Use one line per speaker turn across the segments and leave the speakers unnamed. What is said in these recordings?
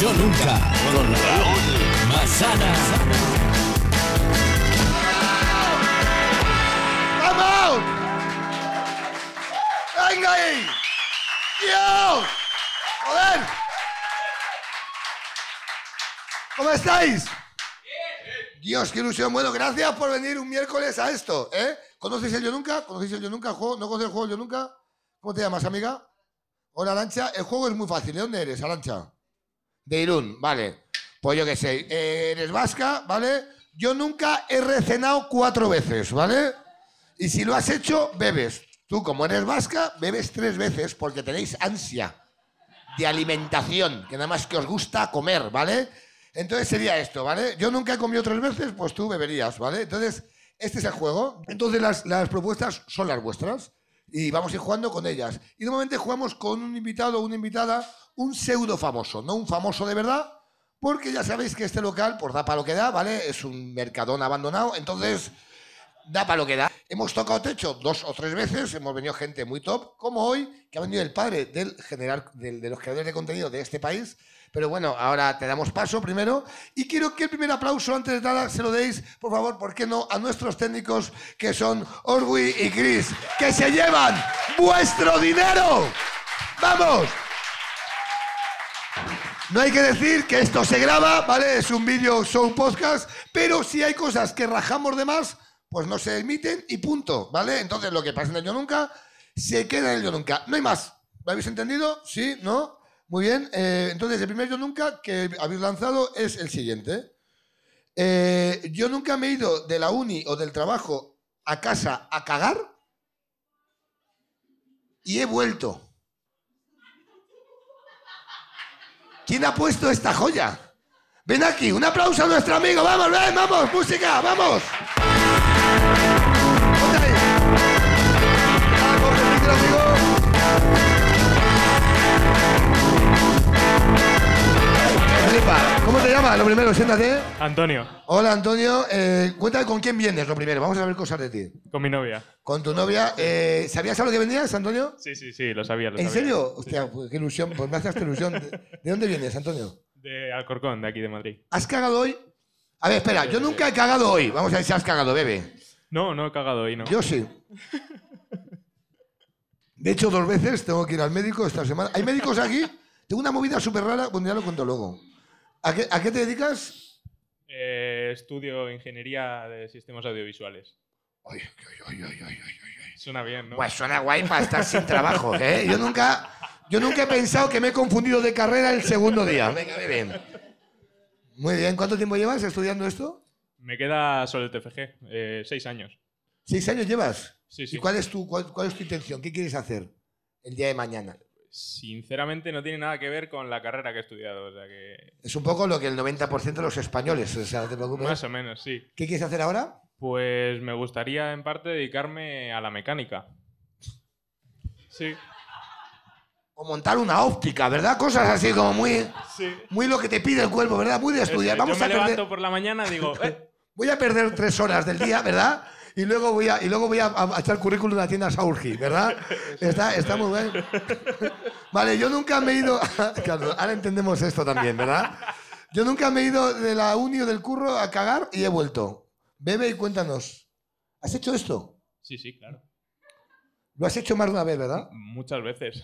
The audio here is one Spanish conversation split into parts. Yo nunca. Con Raúl Manzana.
¡Vamos! ¡Venga ahí! ¡Dios! ¡Joder! ¿Cómo estáis? Dios, qué ilusión. Bueno, gracias por venir un miércoles a esto, ¿eh? ¿Conocéis el Yo Nunca? ¿Conocéis el Yo Nunca? el juego? ¿No conocéis el juego Yo Nunca? ¿Cómo te llamas, amiga? Hola, Arancha. El juego es muy fácil. ¿De dónde eres, Arancha? De Irún, vale. Pues yo qué sé. Eh, eres vasca, ¿vale? Yo nunca he recenado cuatro veces, ¿vale? Y si lo has hecho, bebes. Tú, como eres vasca, bebes tres veces porque tenéis ansia de alimentación, que nada más que os gusta comer, ¿vale? Entonces sería esto, ¿vale? Yo nunca he comido tres veces, pues tú beberías, ¿vale? Entonces, este es el juego. Entonces las, las propuestas son las vuestras y vamos a ir jugando con ellas. Y normalmente jugamos con un invitado o una invitada, un pseudo famoso, no un famoso de verdad, porque ya sabéis que este local, pues da para lo que da, ¿vale? Es un mercadón abandonado, entonces da para lo que da. Hemos tocado techo dos o tres veces, hemos venido gente muy top, como hoy, que ha venido el padre del general, del- de los creadores de contenido de este país. Pero bueno, ahora te damos paso primero y quiero que el primer aplauso antes de nada se lo deis, por favor, ¿por qué no? A nuestros técnicos que son Orwi y Chris, que se llevan vuestro dinero. ¡Vamos! No hay que decir que esto se graba, ¿vale? Es un vídeo show podcast, pero si hay cosas que rajamos de más, pues no se emiten y punto, ¿vale? Entonces lo que pasa en el Yo Nunca se queda en el Yo Nunca. No hay más. ¿Lo habéis entendido? ¿Sí? ¿No? Muy bien. eh, entonces el primer Yo Nunca que habéis lanzado es el siguiente. Eh, yo nunca me he ido de la uni o del trabajo a casa a cagar y he vuelto. ¿Quién ha puesto esta joya? Ven aquí, un aplauso a nuestro amigo. Vamos, ven, vamos, música, vamos. Ponte ahí. Ah, coge el micro, amigo. Flipa, ¿Cómo te llamas? Lo primero, siéntate.
Antonio,
Hola, Antonio. Eh, cuéntame con quién vienes, lo primero. Vamos a ver cosas de ti.
con mi novia.
Con tu novia. eh, ¿Sabías a lo que venías, Antonio?
Sí, sí, sí, lo sabía, lo
¿En
sabía.
serio? Hostia, pues qué ilusión. Pues me haces ilusión. ¿De de dónde vienes, Antonio?
De Alcorcón, de aquí de Madrid.
¿Has cagado hoy? A ver, espera, yo nunca he cagado hoy. Vamos a ver si has cagado, bebé.
No, no he cagado hoy, no.
Yo sí. De hecho, dos veces tengo que ir al médico esta semana. ¿Hay médicos aquí? Tengo una movida súper rara, bueno, ya lo cuento luego. ¿A qué, a qué te dedicas?
Eh, estudio ingeniería de sistemas audiovisuales.
Ay, ay, ay, ay, ay, ay, ay.
Suena bien, ¿no?
Guay, suena guay para estar sin trabajo, ¿eh? Yo nunca, yo nunca he pensado que me he confundido de carrera el segundo día. Venga, bebé. Muy bien, ¿cuánto tiempo llevas estudiando esto?
Me queda solo el TFG, eh, seis años.
¿Seis años llevas?
Sí, sí.
¿Y cuál es, tu, cuál, cuál es tu intención? ¿Qué quieres hacer el día de mañana?
Sinceramente no tiene nada que ver con la carrera que he estudiado, o sea que...
Es un poco lo que el 90% de los españoles, o sea, no te preocupes.
Más o menos, sí.
¿Qué quieres hacer ahora?
Pues me gustaría en parte dedicarme a la mecánica. Sí,
O montar una óptica, ¿verdad? Cosas así como muy,
sí.
muy lo que te pide el cuerpo, ¿verdad? Muy de estudiar.
Eso,
Vamos
Eh, Yo
a
me
perder,
levanto por la mañana y digo, "Eh,
voy a perder tres horas del día, ¿verdad? Y luego voy a, y luego voy a, a- a echar currículum a la tienda Saurgi, ¿verdad? Está, está muy bien. Vale, yo nunca me he ido. Claro, ahora entendemos esto también, ¿verdad? Yo nunca me he ido de la uni o del curro a cagar y he vuelto. Bebe y cuéntanos. ¿Has hecho esto?
Sí, sí, claro.
Lo has hecho más de una vez, ¿verdad?
Muchas veces.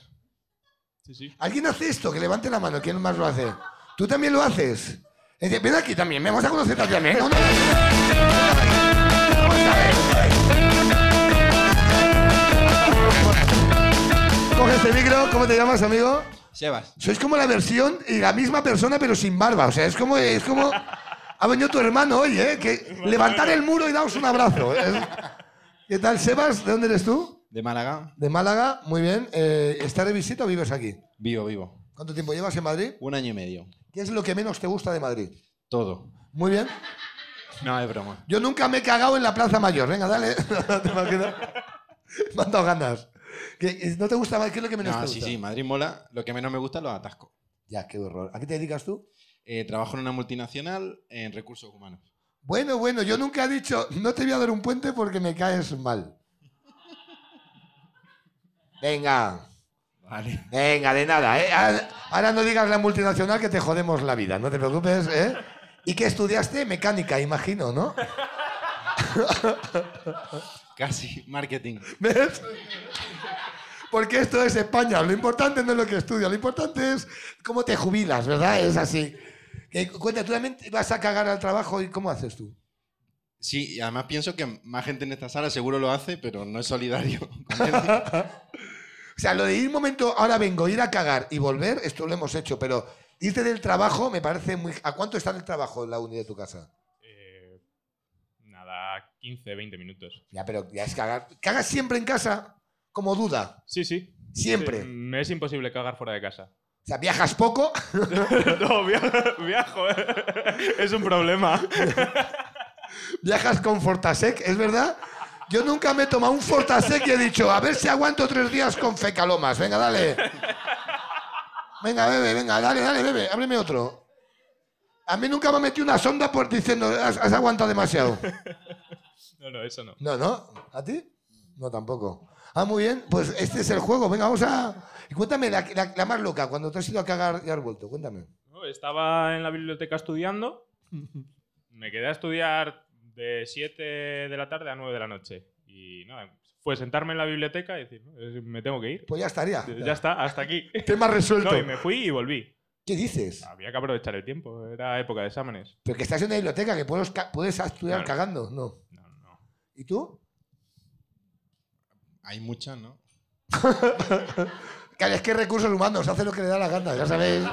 Sí, sí.
¿Alguien hace esto? Que levante la mano. ¿Quién más lo hace? ¿Tú también lo haces? Es decir, Ven aquí también. Vamos a conocer también. ¿eh? Vamos a ver. Coge este micro. ¿Cómo te llamas, amigo?
Sebas.
Sois como la versión y la misma persona, pero sin barba. O sea, es como. Es como ha venido tu hermano hoy, ¿eh? Que levantar el muro y daos un abrazo. Es- ¿Qué tal, Sebas? ¿De dónde eres tú?
De Málaga.
De Málaga. Muy bien. Eh, ¿Estás de visita o vives aquí?
Vivo, vivo.
¿Cuánto tiempo llevas en Madrid?
Un año y medio.
¿Qué es lo que menos te gusta de Madrid?
Todo.
Muy bien.
No, es broma.
Yo nunca me he cagado en la Plaza Mayor. Venga, dale. Te imaginas. Me han dado ganas. ¿Qué- ¿No te gusta más? ¿Qué es lo que menos te
No,
gusta?
sí, sí, Madrid mola. Lo que menos me gusta los atascos.
Ya, qué horror. ¿A qué te dedicas tú?
Eh, trabajo en una multinacional en recursos humanos.
Bueno, bueno, yo nunca he dicho, no te voy a dar un puente porque me caes mal. Venga.
Vale.
Venga, de nada, ¿eh? Ahora- Ahora no digas la multinacional que te jodemos la vida, no te preocupes, ¿eh? ¿Y qué estudiaste? Mecánica, imagino, ¿no?
Casi. Marketing.
Ah. ¿Ves? Porque esto es España. Lo importante no es lo que estudias, lo importante es cómo te jubilas, ¿verdad? Es así. Que, cuenta, tú también vas a cagar al trabajo y ¿cómo haces tú?
Sí, y además pienso que más gente en esta sala seguro lo hace, pero no es solidario. con él.
O sea, lo de ir un momento, ahora vengo, ir a cagar y volver, esto lo hemos hecho, pero irte del trabajo me parece muy... ¿A cuánto está el trabajo en la uni de tu casa?
Eh, nada, 15, 20 minutos.
Ya, pero ya es cagar. ¿Cagas siempre en casa? Como duda.
Sí, sí.
Siempre.
Sí, me mm, es imposible cagar fuera de casa.
O sea, viajas poco.
no, viajo, viajo, eh. es un problema.
Viajas con Fortasec, ¿es verdad? Yo nunca me he tomado un Fortasec y he dicho, a ver si aguanto tres días con fecalomas. Venga, dale. Venga, bebe, venga, dale, dale, bebe. Ábreme otro. A mí nunca me ha metido una sonda por diciendo, has, has aguantado demasiado.
No, no, eso no.
No, no. ¿A ti? No, tampoco. Ah, muy bien. Pues este es el juego. Venga, vamos a... Y cuéntame la, la- la más loca, cuando te has ido a cagar y has vuelto. Cuéntame.
No, Estaba en la biblioteca estudiando. Me quedé a estudiar de 7 de la tarde a 9 de la noche. Y nada, fue sentarme en la biblioteca y decir, "No, es- me tengo que ir.
Pues ya estaría.
Ya está, hasta aquí.
Tema resuelto.
No, y me fui y volví.
¿Qué dices?
Había que aprovechar el tiempo, era época de exámenes.
Pero que estás en una biblioteca, que puedes, ca- puedes estudiar
Claro.
cagando. No.
No, no.
¿Y tú?
Hay muchas, ¿no?
Claro, es que recursos humanos hace lo que le da la gana, ya sabéis.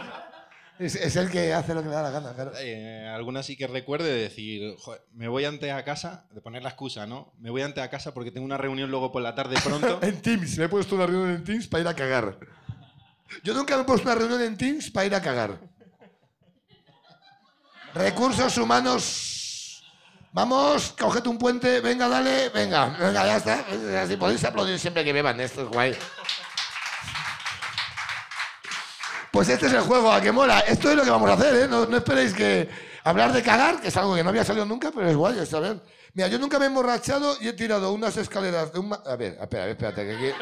Es, es el que hace lo que le da la gana, claro.
Eh, alguna sí que recuerde de decir, "Joder, me voy antes a casa, de poner la excusa, ¿no? Me voy antes a casa porque tengo una reunión luego por la tarde pronto.
En Teams, me he puesto una reunión en Teams para ir a cagar. Yo nunca me he puesto una reunión en Teams para ir a cagar. Recursos humanos. Vamos, coged un puente, venga, dale, venga, venga, ya está. Así podéis aplaudir siempre que beban, esto es guay. Pues este es el juego, a que mola. Esto es lo que vamos a hacer, ¿eh? No, no esperéis que hablar de cagar, que es algo que no había salido nunca, pero es guay, es a ver. Mira, yo nunca me he emborrachado y he tirado unas escaleras de un... ma- A ver, espera, a ver, espérate, que aquí...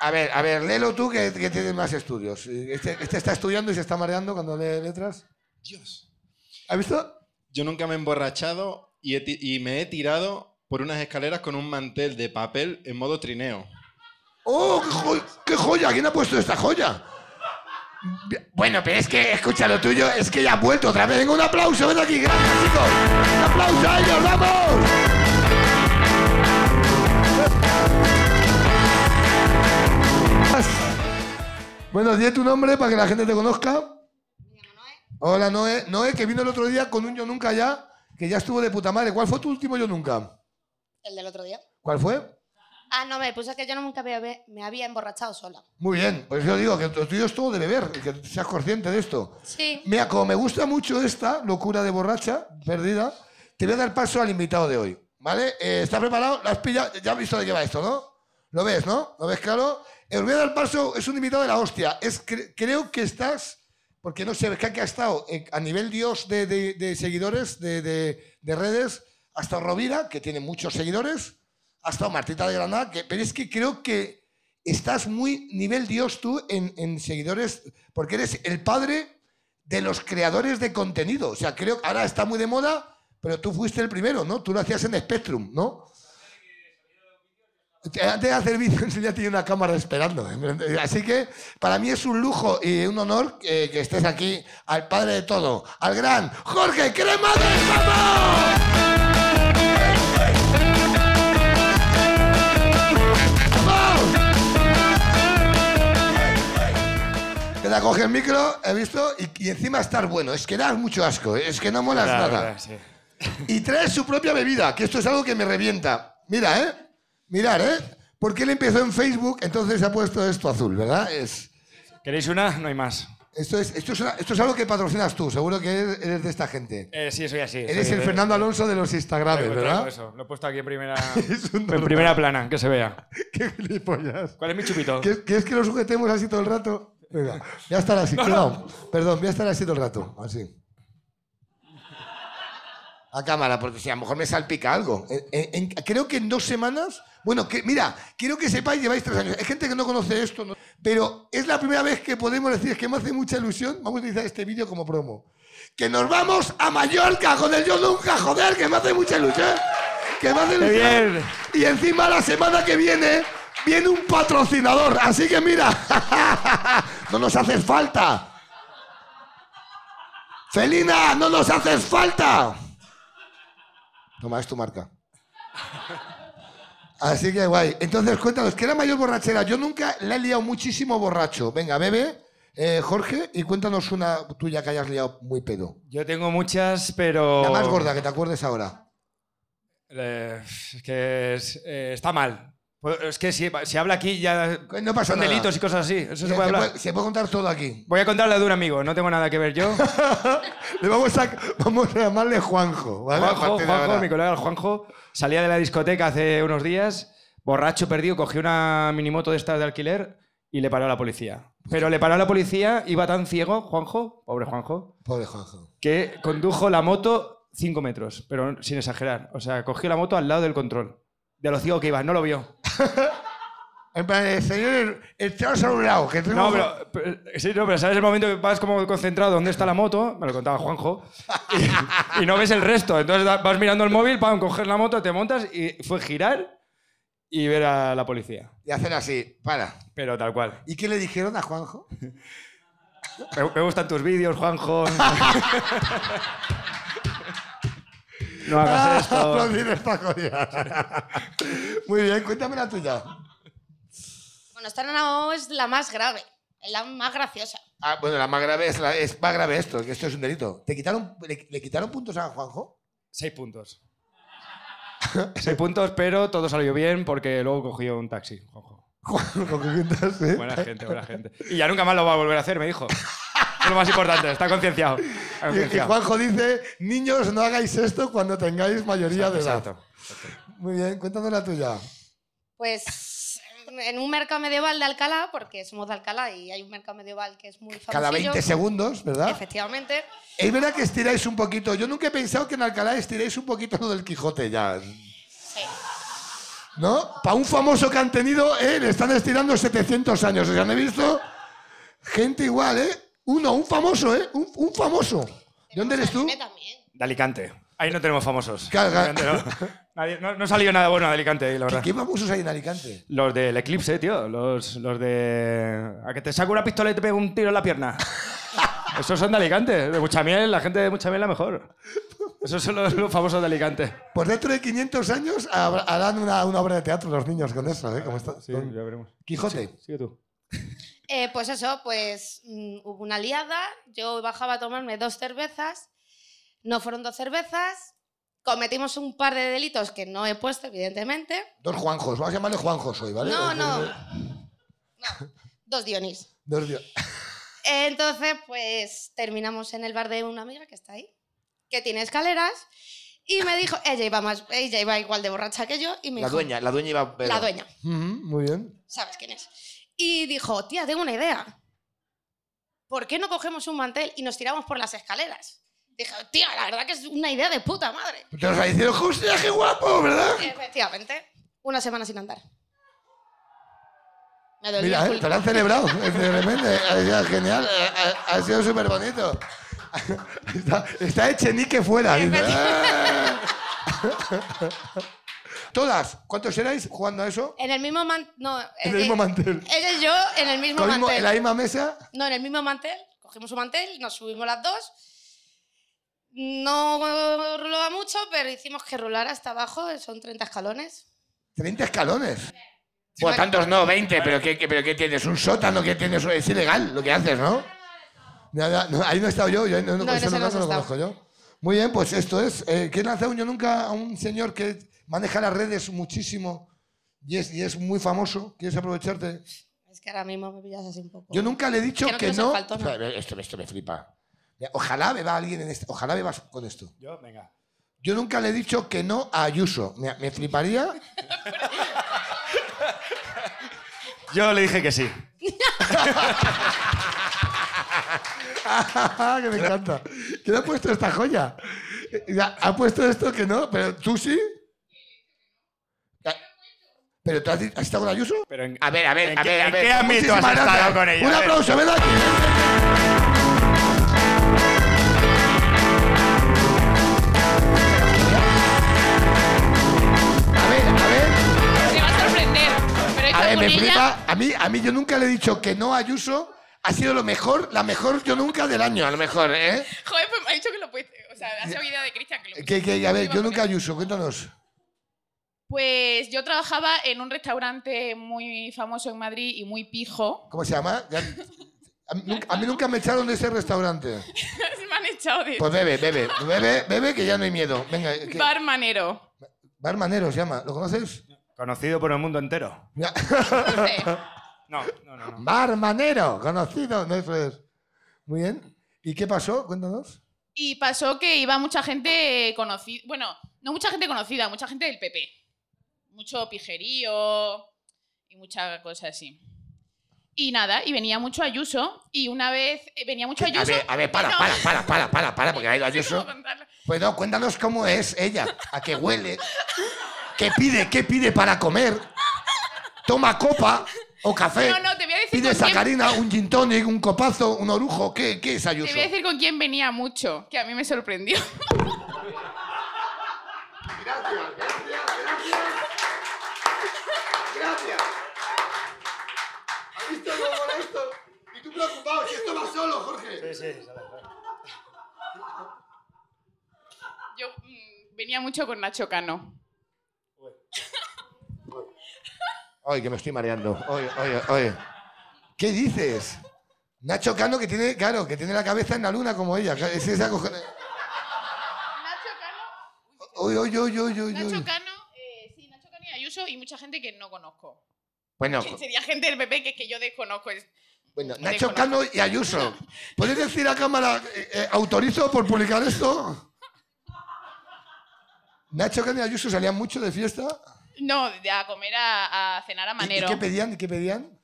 A ver, a ver, léelo tú que, que tienes más estudios. Este, este está estudiando y se está mareando cuando lee letras.
Dios.
¿Has visto?
Yo nunca me he emborrachado y, he ti- y me he tirado por unas escaleras con un mantel de papel en modo trineo.
¡Oh, qué, jo- qué joya! ¿Quién ha puesto esta joya? Bueno, pero es que, escucha, lo tuyo es que ya ha vuelto otra vez. Venga, un aplauso, ven aquí, gracias, chicos. Un aplauso a ellos, vamos. Bueno, di tu nombre para que la gente te conozca. Hola, Noé. Noé, que vino el otro día con un Yo Nunca ya, que ya estuvo de puta madre. ¿Cuál fue tu último Yo Nunca?
El del otro día.
¿Cuál fue?
Ah, no, me puse que yo nunca había, me había emborrachado sola.
Muy bien, pues yo digo que lo tuyo es todo de beber, y que seas consciente de esto.
Sí.
Mira, como me gusta mucho esta locura de borracha perdida, te voy a dar paso al invitado de hoy, ¿vale? Eh, ¿Estás preparado? ¿Lo has pillado? Ya has visto de qué va esto, ¿no? ¿Lo ves, no? ¿Lo ves claro? Eh, Os voy a dar paso, es un invitado de la hostia. Es, cre- creo que estás, porque no sé, que ha estado eh, a nivel dios de, de- de seguidores, de, de- de redes, hasta Rovira, que tiene muchos seguidores, hasta Martita de Granada, que, pero es que creo que estás muy nivel dios tú en, en seguidores, porque eres el padre de los creadores de contenido. O sea, creo que ahora está muy de moda, pero tú fuiste el primero, ¿no? Tú lo hacías en Spectrum, ¿no? Antes de hacer vídeos ya tenía una cámara esperando. ¿eh? Así que para mí es un lujo y un honor eh, que estés aquí al padre de todo, al gran Jorge Crema del Vamos. ¡Vamos! Que te coge el micro, he visto, y, y encima estar bueno. Es que das mucho asco, ¿eh? es que no molas nada. Y trae su propia bebida, que esto es algo que me revienta. Mira, ¿eh? Mirar, ¿eh? Porque él empezó en Facebook, entonces ha puesto esto azul, ¿verdad? Es,
¿Queréis una? No hay más.
esto, es, esto, es una- esto es algo que patrocinas tú, seguro que eres, eres de esta gente.
Eh, sí, soy así.
Eres
soy
el
de-
Fernando Alonso de los
de-
Instagrames,
de-
¿verdad?
eso. Lo he puesto aquí en primera,
Es un
en primera plana, que se vea.
Qué gilipollas.
¿Cuál es mi chupito?
¿Quieres, quieres que lo sujetemos así todo el rato? Venga, voy a estar así, cuidado. Perdón, voy a estar así todo el rato, así. A cámara, porque si a lo mejor me salpica algo. En- en- en- creo que en dos semanas, Bueno, que, mira, quiero que sepáis, lleváis tres años. Hay gente que no conoce esto, ¿no? pero es la primera vez que podemos decir, es que me hace mucha ilusión, vamos a utilizar este vídeo como promo. Que nos vamos a Mallorca con el Yo Nunca, joder, que me hace mucha ilusión. Que me hace
¡Qué
ilusión.
bien!
Y encima la semana que viene viene un patrocinador, así que mira, no nos haces falta. Felina, no nos haces falta. Toma, es tu marca. Así que guay. Entonces, cuéntanos, ¿qué era mayor borrachera? Yo nunca la he liado muchísimo borracho. Venga, bebe, eh, Jorge, y cuéntanos una tuya que hayas liado muy pedo.
Yo tengo muchas, pero...
La más gorda, que te acuerdes ahora.
Eh, es que es- eh, está mal. Pues Es que si, si habla aquí ya
No pasa
son
nada.
delitos y cosas así. Eso se
Se
puede hablar.
puede- se puede contar todo aquí.
Voy a contar la de un amigo, no tengo nada que ver yo.
Le vamos a, vamos a llamarle Juanjo, ¿vale? A
Juanjo,
partir de
Juanjo,
ahora.
mi colega el Juanjo, salía de la discoteca hace unos días, borracho perdido, cogió una minimoto de estas de alquiler y le paró a la policía. Pero le paró a la policía, iba tan ciego, Juanjo, pobre Juanjo,
Pobre Juanjo.
que condujo la moto 5 metros, pero sin exagerar. O sea, cogió la moto al lado del control. De lo ciego que iba, no lo vio.
En plan, eh, señores, echaos a un lado, que tengo...
No, pero, pero- sí, no, pero sabes el momento que vas como concentrado dónde está la moto, me lo contaba Juanjo, y, y no ves el resto. Entonces da- vas mirando el móvil, pam, coges la moto, te montas y fue girar y ver a la policía.
Y hacer así, para.
Pero tal cual.
¿Y qué le dijeron a Juanjo?
Me, me gustan tus vídeos, Juanjo. No hagas esto.
Aplaudir Ah, esta jodida. Muy bien, cuéntame la tuya.
Bueno, esta no es la más grave, es la más graciosa.
Ah, bueno, la más grave es, la- es más grave esto, que esto es un delito. ¿Te quitaron, le, le quitaron puntos a Juanjo?
Seis puntos. Seis puntos, pero todo salió bien porque luego cogió un taxi, Juanjo.
Juanjo, ¿qué cuentas, eh?
Buena gente, buena gente. Y ya nunca más lo va a volver a hacer, me dijo. Es lo más importante, está concienciado. Está
Y- y,
concienciado.
Juanjo dice, niños, no hagáis esto cuando tengáis mayoría de edad.
Exacto.
Muy bien, cuéntanos la tuya.
Pues en un mercado medieval de Alcalá, porque somos de Alcalá y hay un mercado medieval que es muy famoso.
Cada 20 segundos, ¿verdad?
Efectivamente.
Es verdad que estiráis un poquito. Yo nunca he pensado que en Alcalá estiráis un poquito lo del Quijote ya.
Sí.
¿No? Para un famoso que han tenido, ¿eh? le están estirando 700 años. O sea, ¿no he visto? Gente igual, ¿eh? Uno, un famoso, ¿eh? Un, un famoso. ¿De dónde eres tú?
Irene también.
De Alicante. Ahí no tenemos famosos.
Claro, claro.
Alicante no. Nadie- no, no salió nada bueno de Alicante, ahí, la
¿Qué,
verdad.
qué famosos hay en Alicante?
Los del eclipse, tío. Los, los de. A que te saco una pistola y te pego un tiro en la pierna. Esos son de Alicante. De Muchamiel, la gente de Muchamiel la mejor. Esos son los, los famosos de Alicante.
Pues dentro de 500 años habrá- harán una, una obra de teatro los niños con eso, ¿eh? Como está-
Sí,
con-
ya veremos.
Quijote.
Sigue tú.
Eh, pues eso, pues mm, hubo una liada, yo bajaba a tomarme dos cervezas, no fueron dos cervezas, cometimos un par de delitos que no he puesto, evidentemente.
Dos Juanjos. Vamos a llamarle Juanjos hoy, ¿vale?
No, no, no, dos Dionis.
Dos dios.
Entonces, pues terminamos en el bar de una amiga que está ahí, que tiene escaleras, y me dijo, ella iba, más, ella iba igual de borracha que yo, y me
la
dijo,
dueña iba a
la dueña,
Ujú, muy bien.
sabes quién es. Y dijo, tía, tengo una idea. ¿Por qué no cogemos un mantel y nos tiramos por las escaleras? Dije, tía, la verdad que es una idea de puta madre.
Te los ha dicho, hostia, qué guapo, Oh, ¿verdad?
Efectivamente, una semana sin andar. Me dolió
Mira,
el
eh,
culo.
te lo han celebrado. eh, De repente, ha sido genial. eh, Ha, ha sido súper bonito. Está, está Echenique fuera. dice, "Ah". Todas, ¿cuántos erais jugando a eso?
En el mismo mantel. No,
En
eh,
Eh, el mismo mantel.
Ella y yo en el mismo
Con el mismo-
mantel.
en la misma mesa.
No, en el mismo mantel. Cogimos un mantel, nos subimos las dos. No rulaba mucho, pero hicimos que rulara hasta abajo, son 30 escalones.
30 escalones. Bueno, tantos no, 20, pero ¿qué, qué- pero qué tienes? ¿Un sótano? que tienes? Es ilegal lo que haces, ¿no? Nada, no, ahí no he estado yo, yo ahí no, no,
No, en
ese
ese no
lugar
has
no lo
estado.
conozco yo. Muy bien, pues esto es. Eh, ¿Quién lanza un yo nunca a un señor que maneja las redes muchísimo y es, y es muy famoso? ¿Quieres aprovecharte?
Es que ahora mismo me pillas así un poco.
Yo nunca le he dicho
Que no
que
quiero ser
no.
faltona.
Espera, Esto, esto me flipa. Ojalá beba alguien en este. Ojalá bebas con esto.
Yo, venga.
Yo nunca le he dicho que no a Ayuso. Me, me fliparía.
Yo le dije que sí.
que me encanta. ¿Quién ha puesto esta joya? Ya, Ha puesto esto que no, pero tú sí. Ah, ¿Pero tú has, has estado con Ayuso?
Pero en-
A ver, a ver,
¿En
a
qué-
ver, a
en
ver.
qué ámbito has
Muchísimas
estado
gracias.
con ella?
Un
A ver.
aplauso, ven aquí. A ver, a ver,
Te va a sorprender. Pero he
a
estado
ver,
con
me
ella.
flipa. A mí, a mí yo nunca le he dicho que no a Ayuso. Ha sido lo mejor, la mejor yo nunca del año, a lo mejor, ¿eh?
Joder, pues me ha dicho que lo puedes. O sea, has oído de Cristian que lo
Que, que, ¿Eh? a ver, yo nunca Ayuso, cuéntanos.
Pues yo trabajaba en un restaurante muy famoso en Madrid y muy pijo.
¿Cómo se llama? Ya- A mí, nunca- a mí nunca me echaron de ese restaurante.
me han echado de
Pues bebe, bebe, bebe, bebe, que ya no hay miedo. Venga, que-
bar manero.
Barmanero se llama, ¿lo conoces?
Conocido por el mundo entero.
Ya.
No, no, no. no.
Barmanero, conocido, no eso es. Muy bien. ¿Y qué pasó? Cuéntanos.
Y pasó que iba mucha gente conocida. Bueno, no mucha gente conocida, mucha gente del PP. Mucho pijerío y mucha cosa así. Y nada, y venía mucho Ayuso. Y una vez eh, venía mucho Ayuso.
A ver, a ver, para,
No.
para, para, para, para, para, porque ha ido
No sé cómo
Ayuso.
contarlo.
Pues no, cuéntanos cómo es ella, a qué huele, qué pide, qué pide para comer, toma copa o café,
No, no, te voy a decir
pide
con quién,
sacarina, un gin tonic, un copazo, un orujo, ¿qué, qué es
te
Ayuso?
voy a decir con quién venía mucho, que a mí me sorprendió.
Gracias. ¿Has visto cómo era esto? Y tú preocupado, si esto va solo, Jorge.
Yo mm, venía mucho con Nacho Cano.
Ay, que me estoy mareando. Oye, oye, oye. ¿Qué dices? Nacho Cano que tiene, claro, que tiene la cabeza en la luna como ella. Es esa cojona-
Nacho Cano,
Uy, uy, uy, uy, uy,
Nacho
uy.
Cano, eh, sí, Nacho Cano y Ayuso y mucha gente que no conozco.
Bueno,
Que sería gente del PP que, que yo desconozco. Es-
bueno,
Me
Nacho
desconozco.
Cano y Ayuso. ¿Puedes decir a cámara, eh, eh, autorizo por publicar esto? Nacho Cano y Ayuso salían mucho de fiesta.
No, de a comer a, a cenar a
¿Y-
Manero.
¿Y
Y,
qué pedían? ¿Y qué pedían?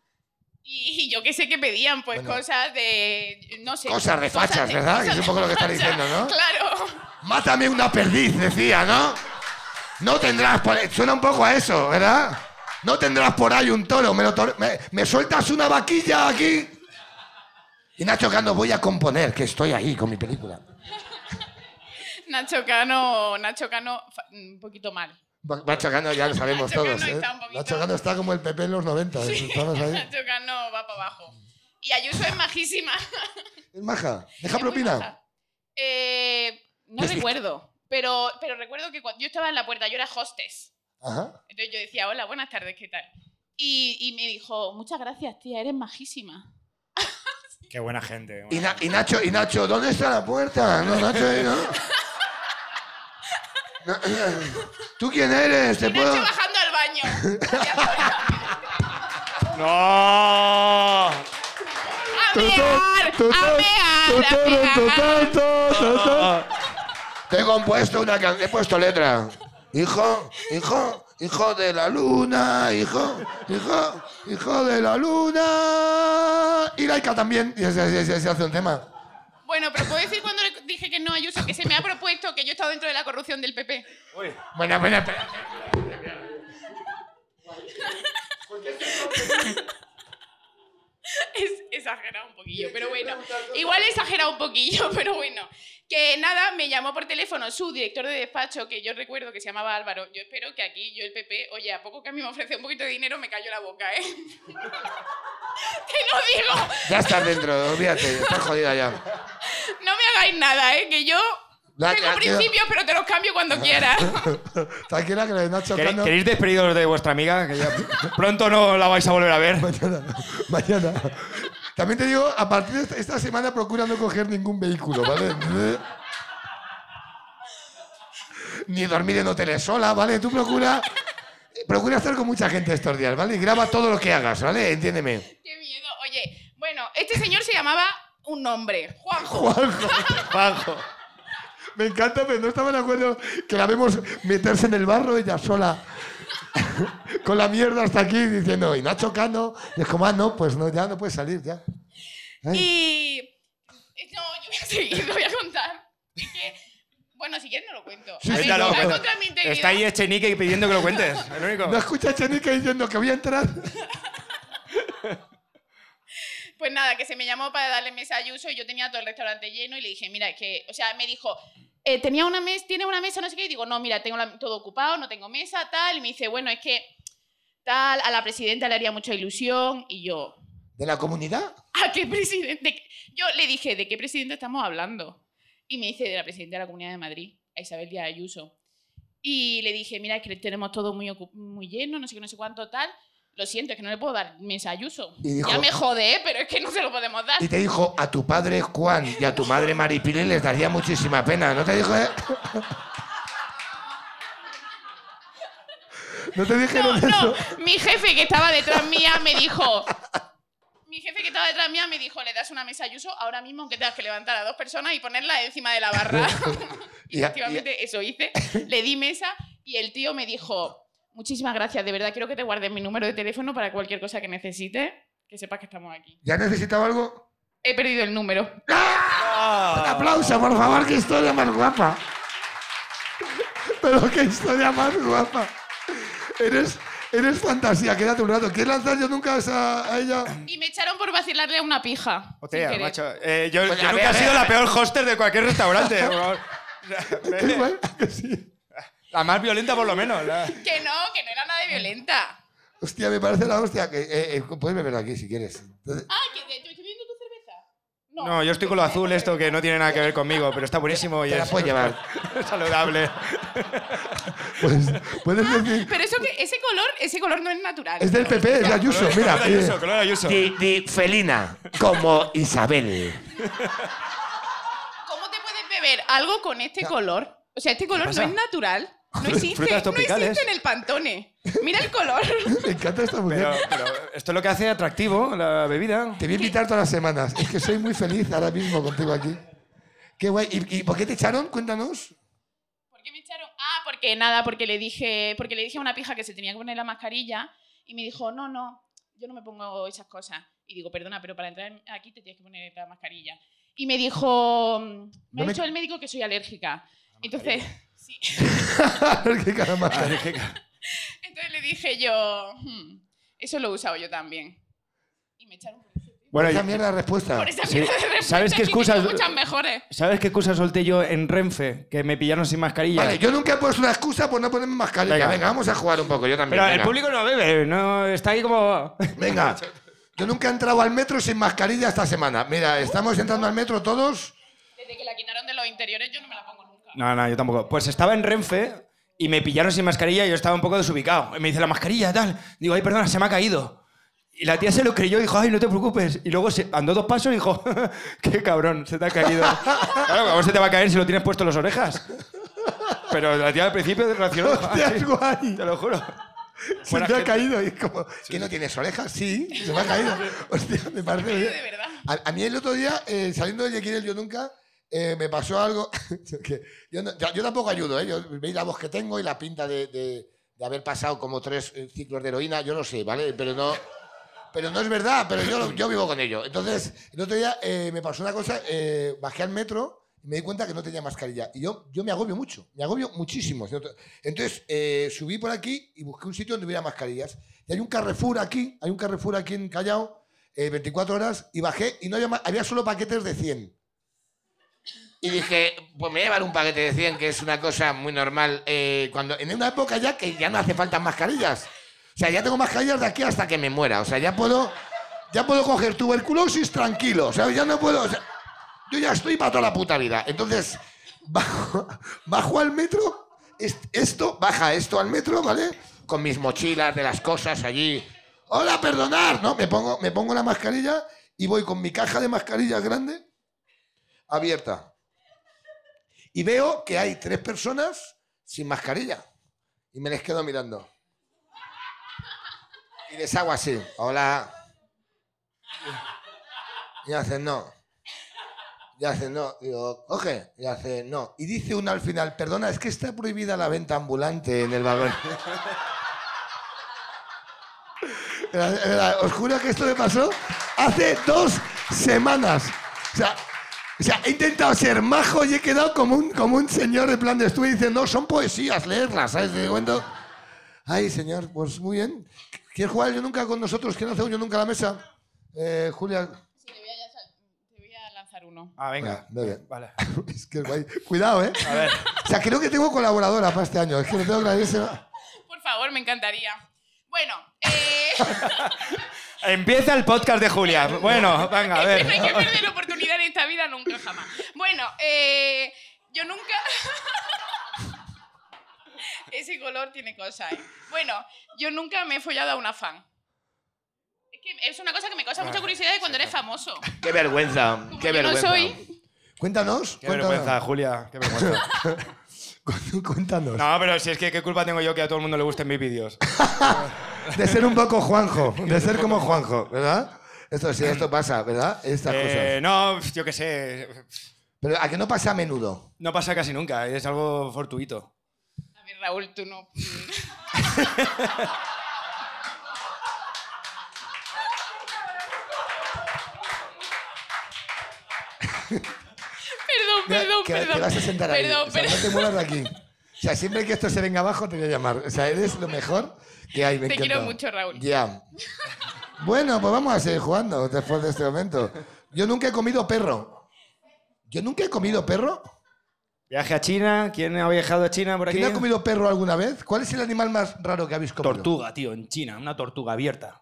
y yo qué sé que pedían, pues
Bueno.
cosas de. No sé.
Cosas de fachas,
de-
¿verdad? Que
cosas
es un
de
poco lo que está
fachas.
diciendo, ¿no?
Claro.
Mátame una perdiz, decía, ¿no? No tendrás por... Suena un poco a eso, ¿verdad? No tendrás por ahí un toro. Me, lo tor- me- me sueltas una vaquilla aquí. Y Nacho Cano, voy a componer, que estoy ahí con mi película.
Nacho Cano, Nacho Cano, fa- un poquito mal.
Va- Nacho Cano ya lo sabemos
Nacho Cano
todos. ¿eh?
está un poquito-
Nacho Cano está como el PP en los 90. ¿eh? Estamos ahí.
Nacho Cano va para abajo. Y Ayuso es majísima.
Es maja. Deja
Es muy
propina.
maja. Eh, no
Yo sí-
recuerdo, pero, pero recuerdo que cuando yo estaba en la puerta, yo era hostes.
Ajá.
Entonces yo decía, hola, buenas tardes, ¿qué tal? Y, y me dijo, muchas gracias, tía, eres majísima.
Qué buena gente.
Y, Na- y Nacho, y Nacho, ¿dónde está la puerta? No, Nacho, ahí, ¿no? Na- ¿Tú quién eres? ¿Te
Y Nacho
puedo...?
bajando al baño.
¡No!
¡A mear! ¡A mear! ¡A mear!
Te he compuesto una canción, he puesto letra. Hijo, hijo, hijo de la luna, hijo, hijo, hijo de la luna. Y Laika también, y se, se- se- se hace un tema.
Bueno, pero puedo decir cuando le dije que no a Ayuso, que se me ha propuesto que yo he estado dentro de la corrupción del PP.
Bueno, bueno, pero...
Es exagerado un poquillo, pero bueno. Igual he exagerado un poquillo, pero bueno. Que nada, me llamó por teléfono su director de despacho, que yo recuerdo que se llamaba Álvaro. Yo espero que aquí, yo el PP, oye, a poco que a mí me ofrece un poquito de dinero, me callo la boca, ¿eh? Te lo digo,
Ya estás dentro, olvídate, estás jodida ya.
no me hagáis nada, ¿eh? Que yo
La-
tengo
la-
principios, pero te los cambio cuando quieras.
Tranquila que la de Nacho
¿Queréis,
Cano...
queréis despedidos de vuestra amiga? Que ya pronto no la vais a volver a ver.
Mañana, mañana. También te digo, a partir de esta- esta semana procura no coger ningún vehículo, ¿vale? Ni dormir en hoteles sola, ¿vale? Tú procura, procura estar con mucha gente estos días, ¿vale? Y graba todo lo que hagas, ¿vale? Entiéndeme.
Qué miedo. Oye, bueno, este señor se llamaba un nombre, Juanjo.
Juanjo, Juanjo. Me encanta, pero no estaba de acuerdo que la vemos meterse en el barro ella sola. con la mierda hasta aquí diciendo, y Nacho Cano, y es como, ah, no, pues no, ya no puedes salir, ya. ¿Eh? Ay.
eh, Y. No, yo voy a seguir, lo voy a contar. Es que, Bueno, si quieres no lo cuento.
Sí,
A
pues,
ver,
sí, no,
va
pero-
contra mi integridad.
Está
este-
ahí Echenique pidiendo que lo cuentes. El único.
¿No escuchas a Chenica diciendo que voy a entrar?
Pues nada, que se me llamó para darle mesa a Ayuso y yo tenía todo el restaurante lleno y le dije, mira, que, o sea, me dijo, eh, tenía una mesa, tiene una mesa, no sé qué, y digo, no, mira, tengo la- todo ocupado, no tengo mesa, tal, y me dice, bueno, es que tal, a la presidenta le haría mucha ilusión, y yo,
¿De la comunidad?
¿a qué presidente? Yo le dije, ¿de qué presidente estamos hablando? Y me dice, de la presidenta de la Comunidad de Madrid, a Isabel Díaz Ayuso. Y le dije, mira, es que tenemos todo muy, ocu- muy lleno, no sé qué, no sé cuánto, tal. Lo siento, es que no le puedo dar mesa a Ayuso.
Y dijo-
ya me jode, ¿eh? pero es que no se lo podemos dar.
Y te dijo, a tu padre Juan y a tu madre Maripili les daría muchísima pena. ¿No te dijo, eh? ¿No te dijeron
No, no,
eso?
mi jefe que estaba detrás mía me dijo. Mi jefe que estaba detrás mía me dijo, le das una mesa a Ayuso ahora mismo aunque tengas que levantar a dos personas y ponerla encima de la barra. y
Y a-
efectivamente eso hice. Le di mesa y el tío me dijo, muchísimas gracias, de verdad quiero que te guardes mi número de teléfono para cualquier cosa que necesites, que sepas que estamos aquí.
¿Ya necesitaba algo?
He perdido el número.
Un aplauso, por favor, qué historia más guapa. Pero qué historia más guapa. Eres, eres fantasía, quédate un rato. ¿Quieres lanzar yo nunca esa- a ella?
Y me echaron por vacilarle a una pija. sin
Hostia,
querer.
macho. Eh, yo
Pues,
yo
a ver,
nunca
a
he
ver,
sido
a
la
ver.
peor hoster de cualquier restaurante. por favor.
Qué guay, que sí.
la más violenta, por lo menos. la-
Que no, que no era nada violenta.
Hostia, me parece la hostia. Que, eh, eh, puedes beber aquí si quieres. Entonces,
Ah, que de- estoy bebiendo tu cerveza.
No, yo estoy con lo azul, esto que no tiene nada que ver conmigo, pero está buenísimo y
te la
es
puedes llevar.
saludable.
Pues, puedes decir.
Pero eso que ese color, ese color no es natural.
Es del PP, es de Ayuso, mira. eh.
Color Ayuso, color Ayuso.
felina, como Isabel.
¿Cómo te puedes beber algo con este color? O sea, este color no es natural. No existe,
frutas
no
tropicales.
existe en el pantone. Mira el color.
Me encanta esta mujer.
Pero, pero esto es lo que hace atractivo la bebida.
Te voy a invitar todas las semanas. Es que soy muy feliz ahora mismo contigo aquí. Qué guay. ¿Y, y por qué te echaron? Cuéntanos.
¿Por qué me echaron? Ah, porque nada, porque le dije, porque le dije a una pija que se tenía que poner la mascarilla y me dijo, no, no, yo no me pongo esas cosas. Y digo, perdona, pero para entrar aquí te tienes que poner la mascarilla. Y me dijo, me
No
ha
me-
dicho el médico que soy alérgica. Entonces, sí.
Qué cara más.
Entonces le dije yo, "Hmm, eso lo he usado yo también. Y me echaron por eso.
Bueno,
Esa
yo-
mierda de respuesta.
Por esa
sí.
mierda de respuesta,
¿Sabes qué
que tengo
excusas-
Muchas mejores.
¿sabes qué excusa solté yo en Renfe? Que me pillaron sin mascarilla.
Vale, yo nunca he puesto una excusa por no ponerme mascarilla. Venga,
Venga.
vamos a jugar un poco. Yo también.
pero el
venga.
público no bebe, no está ahí como...
Venga. Yo nunca he entrado al metro sin mascarilla esta semana. Mira, estamos entrando al metro todos.
Desde que la quitaron de los interiores yo no me la pongo nunca.
No, no, yo tampoco. Pues estaba en Renfe y me pillaron sin mascarilla y yo estaba un poco desubicado. Y me dice, la mascarilla, tal. Digo, ay, perdona, se me ha caído. Y la tía se lo creyó y dijo, ay, no te preocupes. Y luego se andó dos pasos y dijo, qué cabrón, se te ha caído. claro, ¿cómo se te va a caer si lo tienes puesto en las orejas? Pero la tía al principio reaccionó.
Hostia,
así,
es guay.
te lo juro.
Se
Buena
me ha
gente.
caído y es como, ¿qué no tienes orejas? Sí, se me ha caído. Hostia, me parece bien.
De verdad.
A, a mí el otro día, eh, saliendo de Yequiel Yo Nunca, eh, me pasó algo. que yo, no- yo- yo tampoco ayudo, ¿eh? Yo, veis la voz que tengo y la pinta de, de- de haber pasado como tres eh, ciclos de heroína, yo lo sé, ¿vale? Pero no, pero no es verdad, pero yo, yo vivo con ello. Entonces, el otro día eh, me pasó una cosa, eh, bajé al metro y me di cuenta que no tenía mascarilla. Y yo, yo me agobio mucho, me agobio muchísimo. Entonces, eh, subí por aquí y busqué un sitio donde hubiera mascarillas. Y hay un Carrefour aquí, hay un Carrefour aquí en Callao, eh, 24 horas y bajé y no había, ma- había solo paquetes de 100. Y dije, pues me voy a llevar un paquete de 100, que es una cosa muy normal. eh, cuando, en una época ya que ya no hace falta mascarillas. O sea, ya tengo mascarillas de aquí hasta que me muera. O sea, ya puedo, ya puedo coger tuberculosis tranquilo. O sea, ya no puedo. o sea, yo ya estoy para toda la puta vida. Entonces, bajo, bajo al metro, es- esto, baja esto al metro, ¿vale? Con mis mochilas de las cosas allí. Hola, perdonar, ¿no? Me pongo, me pongo la mascarilla y voy con mi caja de mascarillas grande abierta. Y veo que hay tres personas sin mascarilla. Y me les quedo mirando. Y les hago así. Hola. Y hacen no. Y hacen no. Digo, coge. Y hacen no. Y dice uno al final, perdona, es que está prohibida la venta ambulante en el vagón. Era- era- Os juro que esto me pasó hace dos semanas. O sea, O sea, he intentado ser majo y he quedado como un, como un señor de plan de estuve diciendo, no, son poesías, leerlas, ¿sabes? De momento. Ay, señor, pues muy bien. ¿Quieres jugar al yo nunca con nosotros? ¿Quién hace un yo nunca a la mesa? Eh, Julia.
Sí, te voy a, te voy a lanzar uno.
Ah, venga.
Muy bien.
Vale.
Es que es guay. Cuidado, ¿eh?
A ver.
O sea, creo que tengo colaboradora para este año. Es que lo tengo clarísimo.
Por favor, me encantaría. Bueno, eh,
Empieza el podcast de Julia. Bueno, venga, a
no hay que
ver.
perder oportunidad en esta vida nunca jamás. Bueno, eh, yo nunca... Ese color tiene cosas. ¿eh? Bueno, yo nunca me he follado a una fan. Es que es una cosa que me causa
Ah,
mucha curiosidad de cuando eres famoso.
Qué vergüenza,
Como
qué
yo no
vergüenza.
soy...
Cuéntanos.
Qué
cuéntanos.
vergüenza, Julia. Qué vergüenza.
Cuéntanos.
No, pero si es que qué culpa tengo yo que a todo el mundo le gusten mis vídeos.
De ser un poco Juanjo. De ser como Juanjo, ¿verdad? Esto sí, esto pasa, ¿verdad? Estas
Eh,
cosas.
no, yo qué sé.
Pero a que no pasa a menudo.
No pasa casi nunca. Es algo fortuito.
A ver, Raúl, tú no... Perdón, perdón,
que,
perdón.
Te vas a sentar ahí.
Perdón,
O sea,
perdón.
no te muevas de aquí. O sea, siempre que esto se venga abajo te voy a llamar. O sea, eres lo mejor que hay. me
Te quiero
encanta.
mucho, Raúl.
Ya. Bueno, pues vamos a seguir jugando después de este momento. Yo nunca he comido perro. Yo nunca he comido perro.
Viaje a China. ¿Quién ha viajado a China por aquí?
¿Quién ha comido perro alguna vez? ¿Cuál es el animal más raro que habéis comido?
Tortuga, tío, en China. Una tortuga abierta.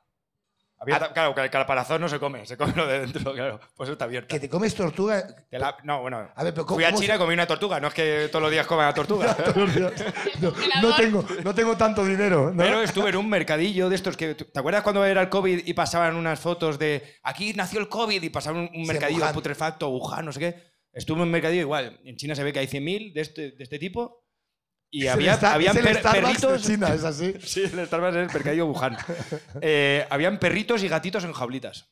Ah.
claro, que el caparazón no se come, se come lo de dentro, claro. Pues está abierta.
¿Que te comes tortuga?
Te la- no, bueno.
A ver, pero ¿cómo-
Fui a
cómo
China y comí una tortuga. No es que todos los días coma tortuga.
No, no tengo, no tengo tanto dinero. ¿eh? ¿no?
Pero estuve en un mercadillo de estos que. ¿Te acuerdas cuando era el COVID y pasaban unas fotos de. Aquí nació el COVID y pasaban un, un
Sí,
mercadillo
Wuhan.
putrefacto, Wuhan, no sé qué. Estuve en un mercadillo igual. En China se ve que hay 100.000 de este, de este tipo.
Es
Y
el
había,
Star-
habían
es el
per-
Starbucks
perritos.
de China, es así.
Sí, el Starbucks es el mercadillo Wuhan. Eh, habían perritos y gatitos en jaulitas.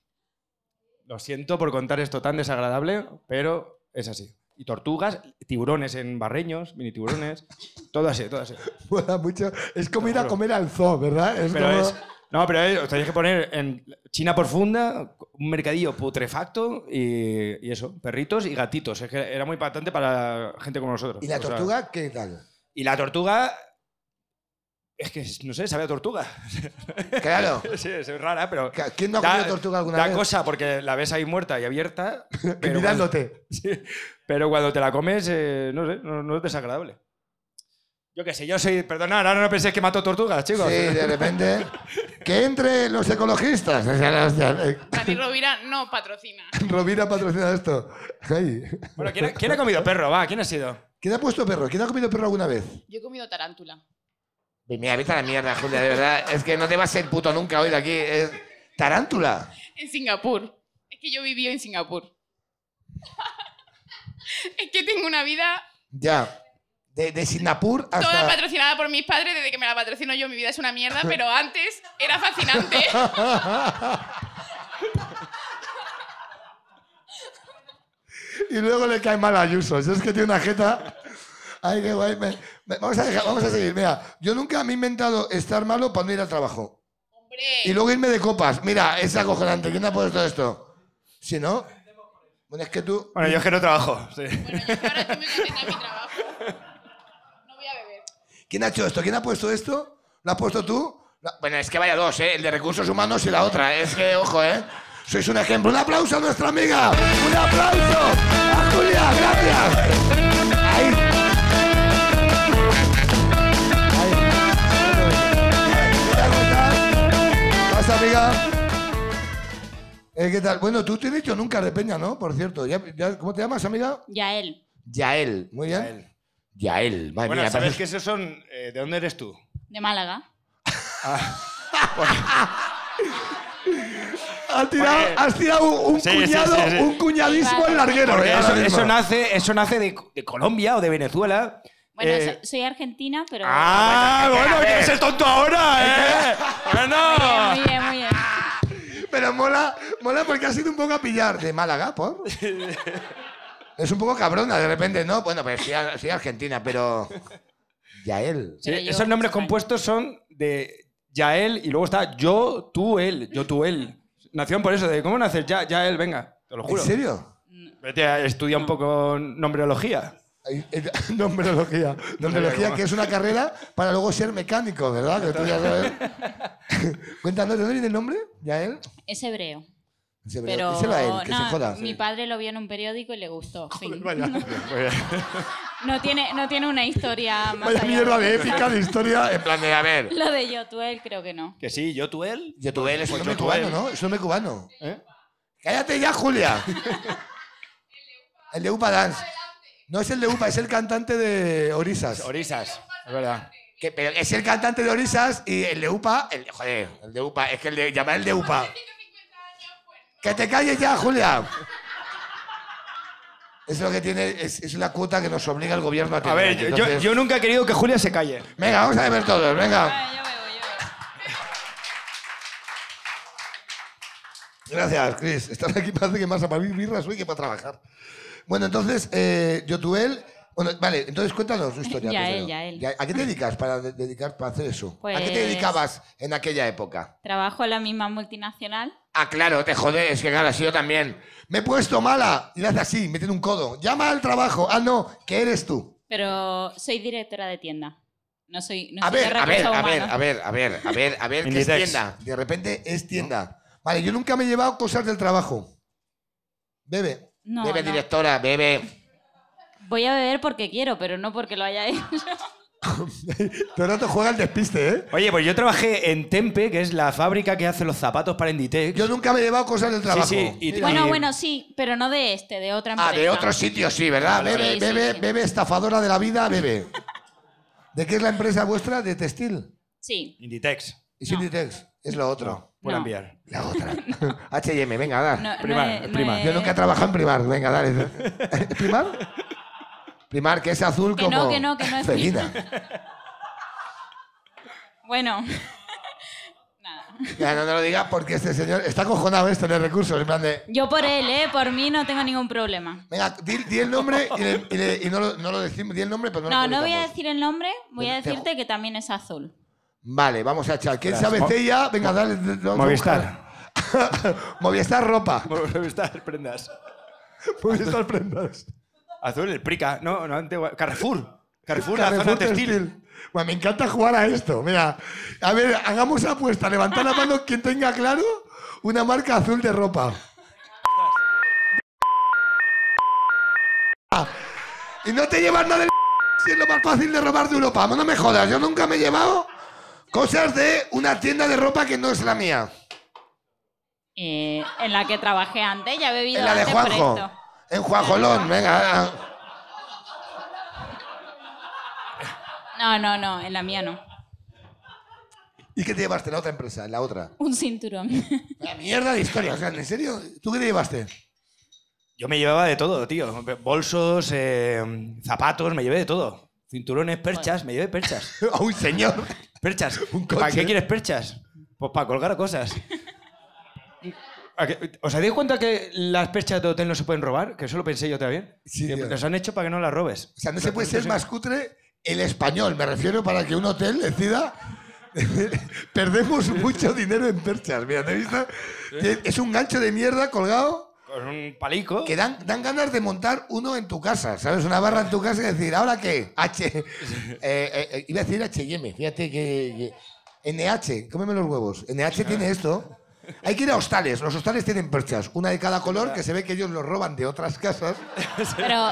Lo siento por contar esto tan desagradable, pero es así. Y tortugas, tiburones en barreños, mini tiburones, todo así, todo así.
Mola mucho. Es como ir a
Claro.
comer al zoo, ¿verdad? Es
Pero
como-
es, no, pero es, os tenéis que poner en China profunda, un mercadillo putrefacto y, y eso, perritos y gatitos. Es que era muy patente para gente como nosotros.
¿Y la
O sea,
tortuga qué tal?
y la tortuga... Es que, no sé, sabe a tortuga.
Claro.
Sí, es rara, pero...
Ca- ¿Quién no ha comido tortuga alguna
da
vez?
cosa porque la ves ahí muerta y abierta,
Y
pero, cuando,
mirándote.
sí, pero cuando te la comes, eh, no sé, no, no es desagradable. Yo qué sé, yo soy... Perdona, ahora no penséis que mato tortugas,
Sí,
chicos.
de repente. Que entre los ecologistas. O sea, la hostia, eh,
Dani Rovira no patrocina.
Robina patrocina esto. Ay.
Bueno, ¿quién ha, quién ha comido perro? Va, ¿quién ha sido?
¿Quién ha puesto perro? ¿Quién ha comido perro alguna vez?
Yo he comido tarántula.
Mira, vete a la mierda, Julia, de verdad. Es que no te vas a ir puto nunca hoy de aquí. eh. Es-
Tarántula.
En Singapur. Es que yo viví en Singapur. es que tengo una vida
Ya. De, de Singapur
toda
hasta.
patrocinada por mis padres. Desde que me la patrocino yo, mi vida es una mierda. Pero antes era fascinante.
Y luego le cae mal a Ayuso. Eso es que tiene una jeta. Ay, qué guay. Me- me- vamos, a dejar- vamos a seguir. Mira, yo nunca me he inventado estar malo para no ir al trabajo.
Hombre,
Y luego irme de copas. Mira, es acojonante. ¿Quién te ha puesto esto? Si no. Bueno, es que tú.
Bueno, yo es que no trabajo. sí.
bueno, yo ahora estoy muy contenta en mi trabajo. No voy a beber.
¿Quién ha hecho esto? ¿Quién ha puesto esto? ¿Lo has puesto tú? La-
Bueno, es que vaya dos, ¿eh? El de recursos humanos y la otra. Es que, ojo,
Ojo, ¿eh? Sois un ejemplo. Un aplauso a nuestra amiga. Un aplauso a Julia. Gracias. Ahí. Ahí. ¿Qué tal? ¿Vas, amiga? Eh, ¿Qué tal? Bueno, tú te has dicho nunca de Peña, ¿no? Por cierto. Ya- ya- ¿Cómo te llamas, amiga?
Yael,
Yael.
Muy bien.
Yael, madre
Bueno,
mía.
¿sabes
pareces-
que esos son... eh, ¿De dónde eres tú?
de Málaga.
Ah, Has tirado,
Porque-
has tirado un, un
Sí, sí,
cuñado,
sí, sí.
un cuñadismo al larguero.
Porque
eh,
eso,
ahora mismo.
eso nace, eso nace de, de Colombia o de Venezuela.
Bueno,
Eh,
so- soy argentina, pero...
¡Ah, bueno! ¿Quieres ser tonto ahora, eh?
Muy
¡Bueno!
bien, muy bien, muy bien.
Pero mola, mola porque ha sido un poco a pillar. De Málaga, por. es un poco cabrona de repente, ¿no? Bueno, pues sí, ar- sí argentina, pero. Yael.
Sí,
Pero yo-
esos nombres compuestos son de Yael y luego está yo, tú, él. Yo, tú, él. Nación por eso, de cómo naces ya, Yael, venga. Te lo
¿En
juro.
serio?
Vete a- estudia un poco nombrología.
Ahí, eh, Nombrología. Nombrología, que es una carrera para luego ser mecánico, ¿verdad? Que tú ya sabes. Cuéntanos, ¿de dónde viene el nombre? ¿Ya él?
Es hebreo.
Ese
Pero
ese era él, que se
no,
joda.
mi
sí.
padre lo vio en un periódico y le gustó. fin.
Vaya,
No tiene, no tiene una historia más
vaya
allá
mierda
de
de épica de historia.
En plan de, a ver,
Lo de Yotuel creo que no.
Que sí, yo, tú, él.
Yotuel es
Es un
un
nombre
youtubero.
cubano, ¿no? Es un nombre cubano.
¿Eh?
¡Cállate ya, Julia! el de Upa Dance. No es el de Upa, es el cantante de Orisas.
Orisas.
Es verdad.
Que- pero
Es
es
el cantante de Orisas y el de Upa. el-
el, joder, el de UPA, es que el de llamar el de
Upa.
UPA.
¡Que te calles ya, Julia! Es lo que tiene, es, es la cuota que nos obliga el gobierno a tener.
A ver, yo- yo,
entonces-
yo nunca he querido que Julia se calle.
Venga, vamos a ver todos, venga.
Ah, yo veo, yo veo.
Gracias, Chris. Estás aquí parece que más para mí birras hoy que para trabajar. Bueno, entonces, eh, Yotuel... Bueno, vale, entonces cuéntanos tu historia.
Ya él,
primero.
ya él.
¿A qué te dedicas para de- dedicar para hacer eso?
¿A qué te
Pues-
dedicabas en aquella época?
Trabajo en la misma multinacional.
Ah, claro, te jode, es que claro, ha sido también.
Me he puesto mala. Y le hace así, metiendo un codo. Llama al trabajo. Ah, no, que eres tú.
Pero soy directora de tienda. No soy, no
A
soy de
ver, a ver,
recursos
a ver,
humanos.
a ver, a ver, a ver, a ver, ¿qué es
Inditex.
tienda?
De repente es tienda. Vale, yo nunca me he llevado cosas del trabajo. Bebe.
No,
bebe,
no.
directora, bebe.
Voy a beber porque quiero, pero no porque lo haya hecho.
Todo el rato juega el despiste, ¿eh?
Oye, pues yo trabajé en Tempe, que es la fábrica que hace los zapatos para Inditex.
Yo nunca me he llevado cosas del trabajo.
sí, y-
Mira.
Bueno, bueno, sí, pero no de este, de otra empresa.
Ah, de otro sitio, sí, ¿verdad?
Bebe,
Sí, sí,
bebe,
sí.
bebe, estafadora de la vida, bebe. ¿De qué es la empresa vuestra? De textil.
Sí.
Inditex.
Y
No.
Sinditex. Es lo otro.
Puedo
No.
enviar.
La otra.
HM, venga,
Ah,
da.
No, no
Prima,
es- no
prima.
es-
Yo nunca he trabajado en Primar. Venga, dale. ¿Eh, ¿Primar? Primar, que es azul
Que
como...
no, que no, que no es
felina.
Bueno. Nada.
Ya, no te lo digas porque este señor está cojonado esto de recursos. En plan de...
Yo por él, ¿eh? Por mí no tengo ningún problema.
Venga, di, di el nombre y, le- y le- y no, lo, no lo decimos. Di el nombre, pero no,
No,
lo
no voy a
publicamos.
decir el nombre, voy a
Pero te-
decirte que también es azul.
Vale, vamos a echar. ¿Quién
Las
sabe
mo-
Cella? Venga, dale. d- vamos a
Movistar.
buscar. Movistar ropa.
Movistar, prendas.
Movistar prendas.
Azul, el Prica. No, no, antigua- Carrefour. Carrefour, la
Carrefour
zona textil.
Textil. Bueno, me encanta jugar a esto. Mira, a ver, hagamos apuesta. Levantad la mano quien tenga claro una marca azul de ropa. Ah, Y no te llevas nada de si es lo más fácil de robar de Europa. No me jodas, yo nunca me he llevado cosas de una tienda de ropa que no es la mía.
Eh, en la que trabajé antes, ya he bebido
En la de
antes por
Juanjo.
esto.
En Juanjolón, venga. ah.
No, no, no, en la mía no.
¿Y qué te llevaste en la otra empresa? En la otra.
Un cinturón.
La mierda de historia, o sea, ¿en serio? ¿Tú qué te llevaste?
Yo me llevaba de todo, tío. Bolsos, eh, zapatos, me llevé de todo. Cinturones, perchas, me llevé perchas.
A un señor.
Perchas.
Un
¿Para
coche.
qué quieres perchas? Pues para colgar cosas. ¿A que- ¿Os habéis cuenta que las perchas de hotel no se pueden robar? Que eso lo pensé yo también.
Sí,
Que
tío.
Las han hecho para que no las robes.
O sea, no se puede ser
Sí.
más cutre el español, me refiero, para que un hotel decida. Perdemos mucho dinero en perchas, mira, ¿te has visto? Que Es un gancho de mierda colgado
Con un palico.
que dan, dan ganas de montar uno en tu casa, ¿sabes? Una barra en tu casa y decir, ¿ahora qué? H. eh, eh, eh, iba a decir HM, fíjate que. que- NH, cómeme los huevos. NH tiene esto. Hay que ir a hostales. Los hostales tienen perchas, una de cada color, que se ve que ellos los roban de otras casas.
Pero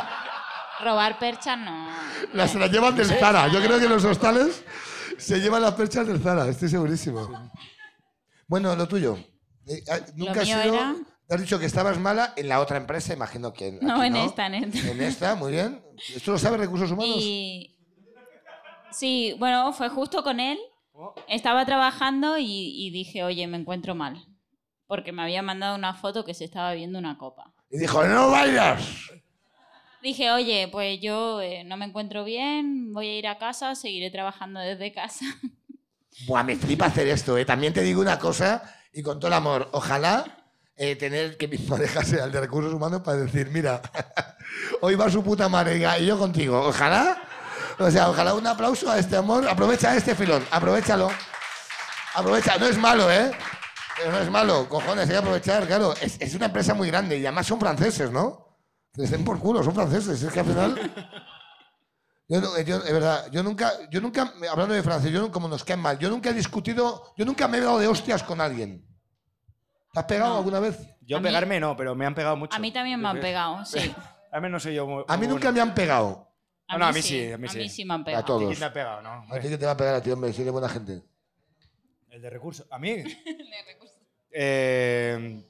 robar percha no.
La- se las llevan del Zara. Yo creo que los hostales se llevan las perchas del Zara, estoy segurísimo. Bueno, lo tuyo. Eh, ah, Nunca has
mío
sido.
era-
Has dicho que estabas mala en la otra empresa, imagino que. en-
No,
aquí
en esta, en esta.
En esta, muy bien. ¿Esto lo sabe Recursos Humanos?
Y. Sí, bueno, fue justo con él.
Oh.
Estaba trabajando y, y dije, oye, me encuentro mal. Porque me había mandado una foto que se estaba viendo una copa.
Y dijo, no bailas.
Dije, oye, pues yo eh, no me encuentro bien, voy a ir a casa, seguiré trabajando desde casa.
Buah, me flipa hacer esto, ¿eh? También te digo una cosa, y con todo el amor, ojalá eh, tener que mi pareja sea el de recursos humanos para decir, mira, hoy va su puta madre y diga, y yo contigo. Ojalá, o sea, ojalá un aplauso a este amor. Aprovecha este filón, aprovechalo. Aprovecha, no es malo, ¿eh? Pero no es malo, cojones, hay que aprovechar, claro. Es, es una empresa muy grande y además son franceses, ¿no? Que les den por culo, son franceses. Es que al final. Yo, no- yo- es verdad, yo nunca, yo nunca, hablando de Francia, yo no- como nos caen mal, yo nunca he discutido, yo nunca me he dado de hostias con alguien. ¿Te has pegado alguna vez?
Yo pegarme no, pero me han pegado mucho.
A mí también me han pegado, sí.
A mí no soy yo muy-
A mí
muy
nunca
bueno.
me han pegado.
No, no, a mí sí, a mí sí.
me han pegado.
A todos.
¿Quién te ha pegado? No,
A ti
hombre.
que te va a pegar a ti, hombre, si eres buena gente.
El de recursos. ¿A mí? Eh,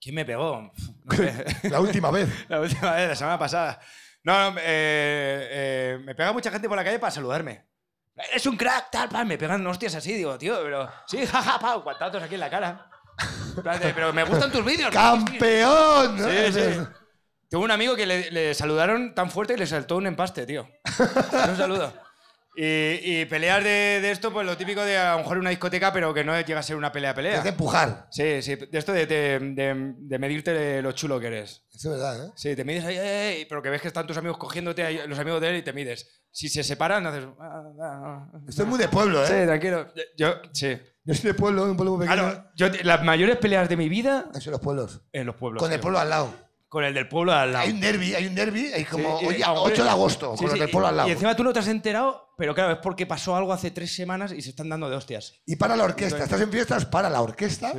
¿Quién me pegó? No sé.
La última vez.
La última vez, la semana pasada. No, no, eh, eh, me pega mucha gente por la calle para saludarme. Eres un crack, tal, pal. Me pegan hostias así, digo, tío, pero. Sí, jaja, pau, guantazos aquí en la cara. En plan de, Pero me gustan tus vídeos. ¿no?
¡Campeón! ¿Eh?
Sí, sí. Tuve un amigo que le, le saludaron tan fuerte que le saltó un empaste, tío. Un saludo. Y, y peleas de, de esto, pues lo típico de a lo mejor una discoteca, pero que no llega a ser una pelea-pelea.
Es de empujar.
Sí, sí, de esto de, de- de- de medirte lo chulo que eres.
Eso es verdad, ¿eh?
Sí, te mides ahí, ahí, ahí, pero que ves que están tus amigos cogiéndote, ahí, los amigos de él, y te mides. Si se separan, haces... ah,
Esto es muy de pueblo, ¿eh?
Sí, tranquilo. Yo, sí.
Yo soy de pueblo, de un pueblo muy pequeño.
Claro, yo, las mayores peleas de mi vida
Eso en los pueblos.
en los pueblos.
Con el
tío.
pueblo al lado.
Con el del pueblo al lado.
Hay un derby, hay un derby, hay como
Sí, y-
oye,
ah, hombre.
8 de agosto,
Sí,
con
sí,
el del
y-
pueblo al lado.
Y
Y,
encima tú no te has enterado, pero claro, es porque pasó algo hace tres semanas y se están dando de hostias.
para la orquesta, estás en fiestas, para la orquesta.
Sí.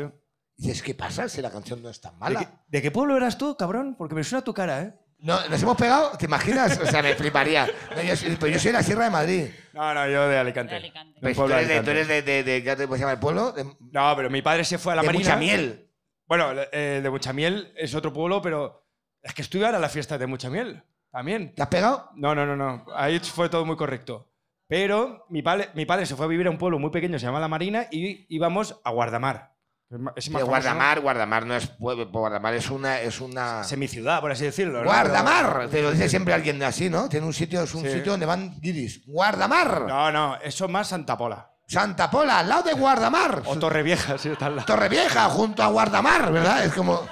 Y dices, ¿qué pasa si la canción no es tan
¿De qué,
mala?
de qué pueblo eras tú, cabrón? Porque me suena tu cara, ¿eh?
No, ¿Nos hemos pegado? ¿Te imaginas? O sea, me fliparía. No, yo soy- pero yo soy de la Sierra de Madrid.
No, no, yo de Alicante.
De Alicante.
De un
Pues tú
pueblo de
eres de, tú
Alicante.
eres de, de, de- ¿qué te- cómo se llama el pueblo? De, de
No, pero mi padre se fue a la Marina.
mucha miel.
Bueno, eh, de Muchamiel es otro pueblo, pero es que estuve ahora a la fiesta de Muchamiel también.
¿Te has pegado?
No, no, no, no. Ahí fue todo muy correcto. Pero mi padre, mi padre se fue a vivir a un pueblo muy pequeño, se llama La Marina, y íbamos a Guardamar. Es ma- es más
Tío,
famoso,
Guardamar, Guardamar no es pueblo, Guardamar es una... Es una...
¿no? Semiciudad, por así decirlo. ¿no?
Guardamar, te lo dice siempre alguien así, ¿no? Tiene un sitio, es un
Sí.
sitio donde van guiris. Guardamar,
No, no, eso es más Santa Pola.
Santa Pola, al lado de Guardamar.
O Torrevieja, sí, está al lado.
Torrevieja junto a Guardamar, ¿verdad? Es como.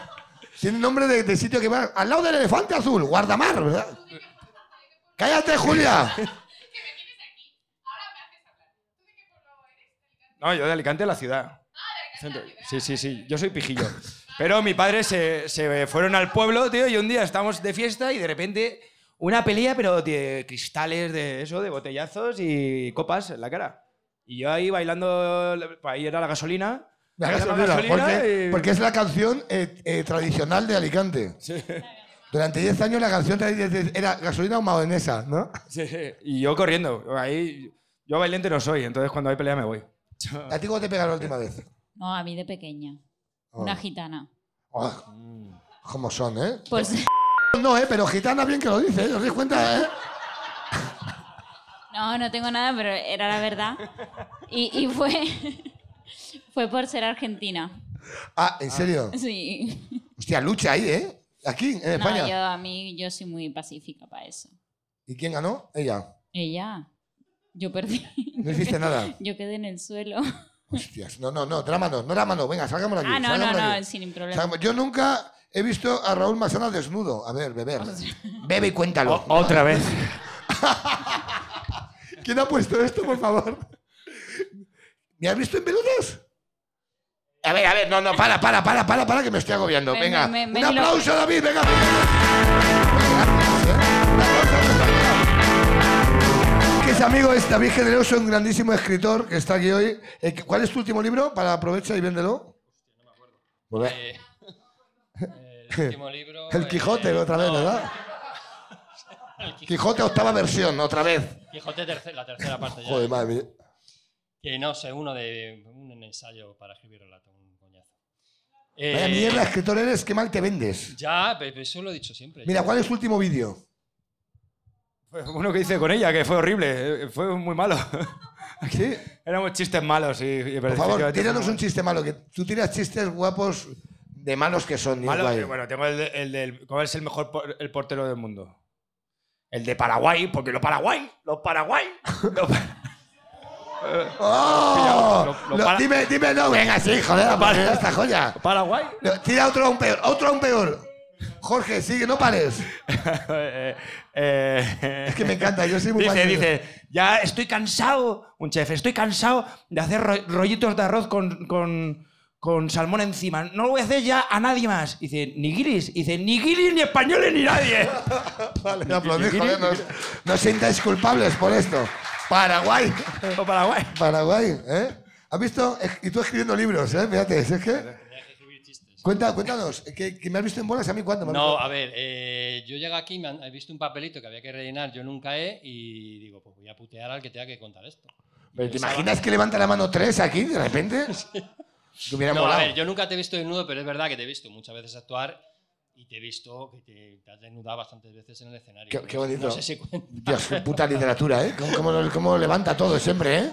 Tiene nombre de, de sitio que va. Al lado del elefante azul, Guardamar, ¿verdad? ¡Cállate, Julia!
No, yo de Alicante, la ciudad. Centro. Sí, sí, sí, yo soy pijillo. Pero mi padre se, se fueron al pueblo, tío, y un día estábamos de fiesta y de repente una pelea, pero de cristales, de eso, de botellazos y copas en la cara. Y yo ahí bailando, ahí era la gasolina.
La
bailaba
gasolina, porque,
y-
porque es la canción eh, eh, tradicional de Alicante. Durante 10 años la canción tradi- era gasolina o mayonesa, ¿no?
Sí, sí. Y yo corriendo. Ahí, yo bailante no soy, entonces cuando hay pelea me voy.
¿A ti cómo te pegaron la última vez?
No, a mí de pequeña.
Oh.
Una gitana.
Oh, ¿Cómo son, eh?
Pues
No, eh, pero gitana bien que lo dice, ¿eh? ¿Os dais cuenta, eh?
no, no tengo nada, pero era la verdad. Y, y fue, fue por ser argentina.
Ah, en serio.
Sí.
Hostia, lucha ahí, ¿eh? Aquí, en España.
No, yo a mí yo soy muy pacífica para eso.
¿Y quién ganó? Ella.
Ella, yo perdí.
No hiciste nada.
Yo quedé en el suelo.
Hostias. No, no, no, drama no, no drama no. Venga, salgamos de aquí.
Ah, no, no,
salgamos de
no,
aquí.
sin problema.
Salgamos- Yo nunca he visto a Raúl Mazana desnudo. A ver, beber.
Bebe y cuéntalo.
Otra vez.
¿Quién ha puesto esto, por favor? ¿Me has visto en pelotas?
A ver, a ver, no, no, para, para, para, para, para, que me estoy agobiando.
Ven,
Venga.
ven, ven.
Un
Venilo.
aplauso, David, venga, venga. Gracias, ¿eh? Un aplauso. Que es amigo, es David Generoso, un grandísimo escritor que está aquí hoy. Eh, ¿Cuál es tu último libro? Para aprovecha y véndelo. Joder.
Eh, El último libro.
El Quijote,
eh,
otra vez,
no,
¿verdad?
el Quijote,
Quijote, octava versión, otra vez.
Quijote terce- la tercera parte ya.
Joder, madre mía.
Que no sé, uno de un ensayo para escribir relato, un coñazo.
Vaya
Eh,
mierda, escritor eres, qué mal te vendes.
Ya, pe- pe- eso lo he dicho siempre.
Mira, ¿cuál es tu último vídeo?
Uno que hice con ella, que fue horrible, eh, fue muy malo.
¿Sí?
Éramos chistes malos y, y
Por favor,
efectivamente-
tíranos un chiste malo, que tú tiras chistes guapos de malos que son. y es
Malo,
guay.
pero eh, bueno, tengo el, de- el del. ¿Cuál es el mejor por- el portero del mundo? El de Paraguay, porque los Paraguay, los Paraguay. los pa-
¡Oh!
Lo- lo- lo
Lo-
para-
dime, dime, no, venga, sí, joder, a
Para.
esta joya.
Paraguay.
No, tira otro aún peor, otro aún peor. Jorge, sigue, no pares.
Eh, eh,
Es que me encanta, yo soy muy
Dice,
pañero.
dice, ya estoy cansado, un chef, estoy cansado de hacer ro- rollitos de arroz con, con, con salmón encima. No lo voy a hacer ya a nadie más. Y dice, ni guiris. Y dice, ni guiris, ni españoles, ni nadie.
Vale, no aplaudís, joder, no, os- no os sintáis culpables por esto. Paraguay.
O Paraguay.
Paraguay, ¿eh? ¿Has visto? Eh, Y tú escribiendo libros, ¿eh? Fíjate, es que... Cuenta, cuéntanos, ¿qué, qué me has visto en bolas a mí cuándo? me has
No,
visto?
a ver, eh, yo llegué aquí, me han, he visto un papelito que había que rellenar, yo nunca he, y digo, pues voy a putear al que tenga que contar esto.
Pero ¿Te imaginas que levanta la mano tres aquí de repente? Que hubiera
No, a
molado.
ver, yo nunca te he visto desnudo, pero es verdad que te he visto muchas veces actuar y te he visto que te, te has desnudado bastantes veces en el escenario.
Qué,
No
qué
sé-
bonito.
No sé si cuenta.
Dios, qué puta literatura, ¿eh? ¿Cómo, cómo lo- cómo levanta todo siempre, ¿eh?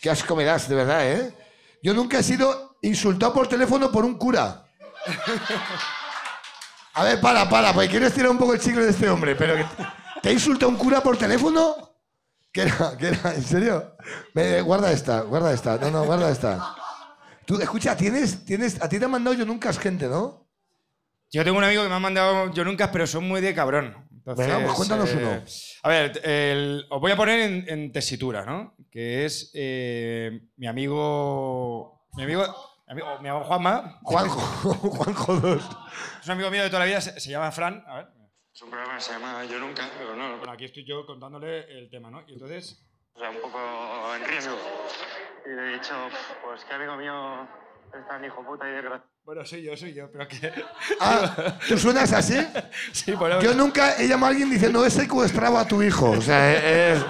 Qué asco me das, de verdad, ¿eh? Yo nunca he sido insultado por teléfono por un cura. A ver, para, para, porque quiero estirar un poco el chicle de este hombre, pero que- ¿te insulta un cura por teléfono? ¿Qué era? ¿Qué era? ¿En serio? Ve, guarda esta, guarda esta. No, no, guarda esta. Tú, escucha, tienes, tienes, a ti te han mandado yo nunca es gente, ¿no?
Yo tengo un amigo que me ha mandado yo nunca, pero son muy de cabrón. Entonces, eh,
Venga, pues cuéntanos uno.
A ver, el- os voy a poner en, en tesitura, ¿no? Que es eh, mi amigo. Mi amigo. Mi amigo, mi amigo Juanma.
Juanjo. Juanjo 2.
Es un amigo mío de toda la vida, se, se llama Fran. A ver.
Es un programa que se llama Yo Nunca, pero no,
Bueno, aquí estoy yo contándole el tema, ¿no? Y entonces.
o sea, un poco en riesgo. Y le he dicho, pues que amigo mío es tan hijo puta y desgraciado.
Bueno, soy yo, soy yo, pero que.
Ah, ¿tú suenas así?
Sí, bueno.
Yo nunca he llamado a alguien diciendo he secuestrado a tu hijo. O sea, es. es-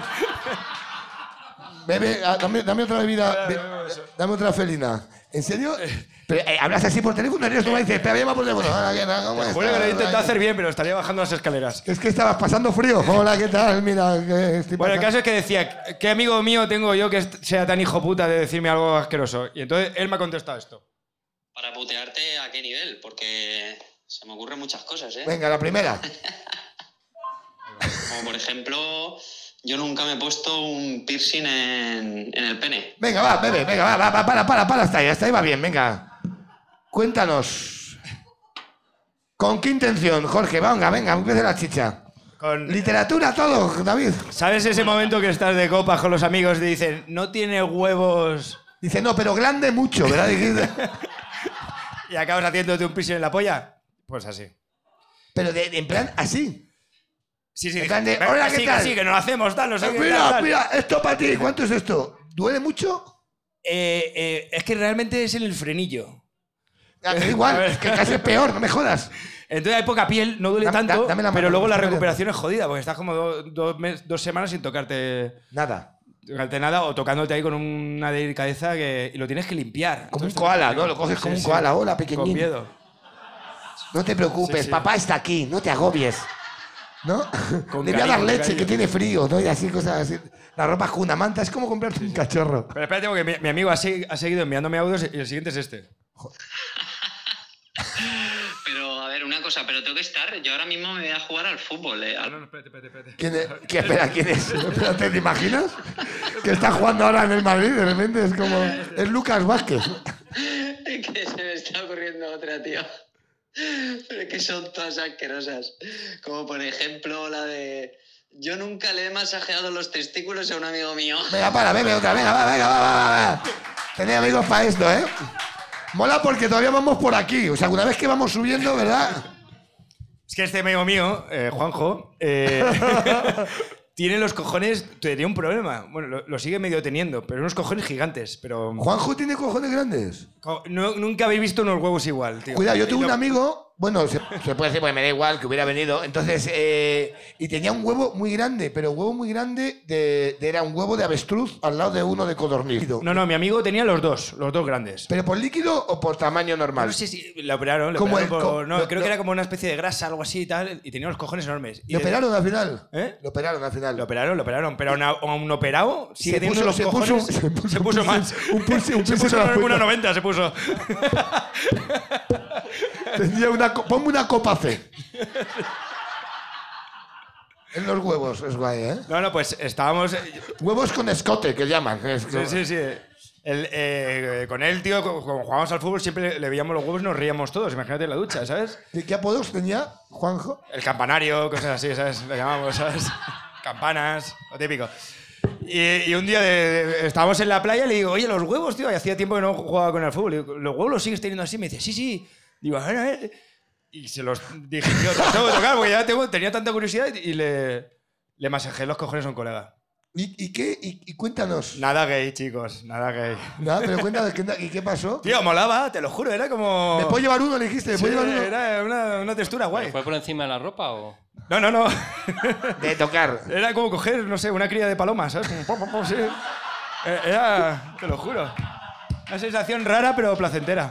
Bebe, ah, dame, dame otra bebida. be- Dame otra felina. ¿En serio? Pero, eh, ¿Hablas así por teléfono? Eres tú me dices, espera, llama por teléfono. Hola, ¿qué tal? ¿Cómo
Te juro
estás?
que lo he intentado hacer bien, pero estaría bajando las escaleras.
Es que estabas pasando frío. Hola, ¿qué tal? Mira, que estoy
Bueno, el
pasando-
caso es que decía, ¿qué amigo mío tengo yo que est- sea tan hijo puta de decirme algo asqueroso? Y entonces él me ha contestado esto.
Para putearte a qué nivel, porque se me ocurren muchas cosas, ¿eh?
Venga, la primera.
Como por ejemplo, yo nunca me he puesto un piercing en, en el pene.
Venga, va, bebe, venga, va, va, va, para, para, para, hasta ahí, hasta ahí va bien, venga. Cuéntanos. ¿Con qué intención, Jorge? Venga, venga, empieza la chicha.
Con...
Literatura, todo, David.
¿Sabes ese momento que estás de copas con los amigos y te dicen, no tiene huevos?
Dice, no, pero grande mucho, ¿verdad? Dijiste.
y acabas haciéndote un piercing en la polla. Pues así.
Pero de- de- en plan, así.
Sí, sí,
En
dije,
plan de,
"Venga,
hola,
sí,
¿qué
que
tal?
sí, que nos lo hacemos, tal, no sé
Eh,
qué, tal,
Mira,
tal".
mira, esto para ti, ¿cuánto es esto? ¿Duele mucho?
Eh, eh, es que realmente es en el frenillo.
Ya, que da igual, Ah, es que casi es peor, no me jodas.
Entonces hay poca piel, no duele
Dame- da-
tanto,
dame la mano,
pero luego la
dame la mano.
recuperación es jodida, porque estás como do- dos mes- dos semanas sin tocarte
Nada.
tocarte nada o tocándote ahí con una delicadeza que y lo tienes que limpiar.
Como un
Entonces,
koala, ¿no? Lo coges
sí,
como un
sí.
koala, hola, pequeñín.
Con miedo.
No te preocupes,
Sí, sí.
papá está aquí, no te agobies. ¿No?
Con
Le voy a dar
cariño,
leche,
cariño.
que tiene frío, ¿no? Y así, cosas así. La ropa es una manta, es como comprarte un cachorro.
Pero espérate, porque mi, mi amigo ha, segui- ha seguido enviándome audios y el siguiente es este.
Pero, a ver, una cosa, pero tengo que estar. Yo ahora mismo me voy a jugar al fútbol, ¿eh? No,
no, espérate, espérate, espérate.
¿Quién es? ¿Qué, espera, ¿quién es? Espérate, ¿te imaginas? Que está jugando ahora en el Madrid, de repente es como. Es Lucas Vázquez.
que se me está ocurriendo otra, tío. Pero que son todas asquerosas. Como por ejemplo la de. Yo nunca le he masajeado los testículos a un amigo mío.
Venga, para, bebe otra, venga, va, venga, va, va, va, va. Tenéis amigos para esto, ¿eh? Mola porque todavía vamos por aquí. O sea, una vez que vamos subiendo, ¿verdad?
Es que este amigo mío, eh, Juanjo, eh, tiene los cojones, tenía un problema. Bueno, lo, lo sigue medio teniendo, pero unos cojones gigantes. Pero
Juanjo tiene cojones grandes.
Co- no- nunca habéis visto unos huevos igual, tío.
Cuidado, yo tuve
Y
un
lo-
amigo, bueno, se, se puede decir porque me da igual que hubiera venido, entonces, eh, y tenía un huevo muy grande, pero huevo muy grande de, de- era un huevo de avestruz al lado de uno de codorniz.
No, no, mi amigo tenía los dos, los dos grandes.
¿Pero por líquido o por tamaño normal?
No sé si le operaron, le
Como
operaron
el
por-
co-
no,
lo-
creo
lo-
que era como una especie de grasa, algo así y tal, y tenía los cojones enormes. Y
¿Lo
de-
operaron al final?
¿Eh?
Lo operaron al final.
Lo operaron, lo operaron, pero aún, aún operado sigue
Se
teniendo
puso-
los
se puso-
cojones.
se puso un piercing-
más.
un piercing- un
se
piercing
puso
en la
una
puerta.
90, se puso.
Tendría una, co- ponme una copa C. en los huevos, es guay, ¿eh?
No, no, pues estábamos.
Huevos con escote, que llaman. es
Sí,
como-
sí, sí. El, eh, con él, tío, cu- cuando jugábamos al fútbol siempre le veíamos los huevos y nos reíamos todos. Imagínate en la ducha, ¿sabes?
¿Qué, qué apodos tenía Juanjo?
El campanario, cosas así, ¿sabes? Le llamamos, ¿sabes? Campanas, lo típico. Y, Y, y un día de- de- estábamos en la playa y le digo, oye, los huevos, tío. Y hacía tiempo que no jugaba con el fútbol. Le digo, ¿los huevos los sigues teniendo así? Me dice, sí, sí. Digo, a ver, a ver. Y se los dije, tío, te los tengo que tocar porque ya tengo- tenía tanta curiosidad y le, le masajé los cojones a un colega.
¿Y, qué? ¿Y, cuéntanos.
Nada gay, chicos, nada gay.
Nada, pero cuéntanos, ¿qué- ¿y qué pasó?
Tío, molaba, te lo juro, era como.
¿Me puedo llevar uno? Le dijiste, ¿me puedo llevar uno?
Era una, una textura guay.
¿Fue por encima de la ropa o...?
No, no, no.
De tocar.
Era como coger, no sé, una cría de palomas, ¿sabes? Como pom, pom, pom, sí. Eh, Era, te lo juro. Una sensación rara pero placentera.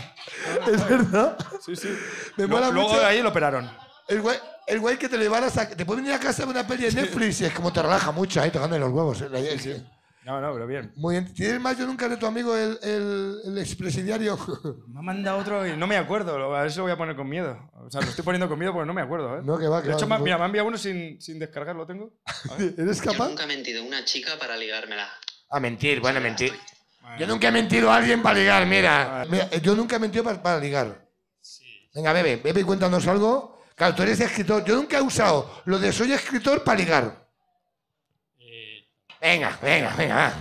¿Es verdad?
Sí, sí.
Me
Lo-
mola
luego
mucho.
de ahí lo operaron.
El güey, el güey que te lo llevaras a... Te puede venir a casa con una peli de Netflix y es como te relaja mucho ahí tocando los huevos. eh, la-
No, no, pero bien.
Muy bien. ¿Tienes más yo nunca de tu amigo el, el, el expresidiario?
Me ha mandado otro y no me acuerdo. lo- A eso lo voy a poner con miedo. O sea, lo estoy poniendo con miedo porque no me acuerdo. ¿eh?
No, que va, que
de hecho,
va.
me- mira, me ha enviado uno sin, sin descargar, lo tengo.
¿Eres
Yo nunca he mentido a una chica para ligármela.
A Ah, mentir, bueno, mentir.
Yo nunca he mentido a alguien para ligar, mira. Mira, eh, yo nunca he mentido para, para ligar. Venga, bebe, bebe y cuéntanos algo. Claro, tú eres escritor. Yo nunca he usado lo de soy escritor para ligar.
Eh.
Venga, venga, venga. va.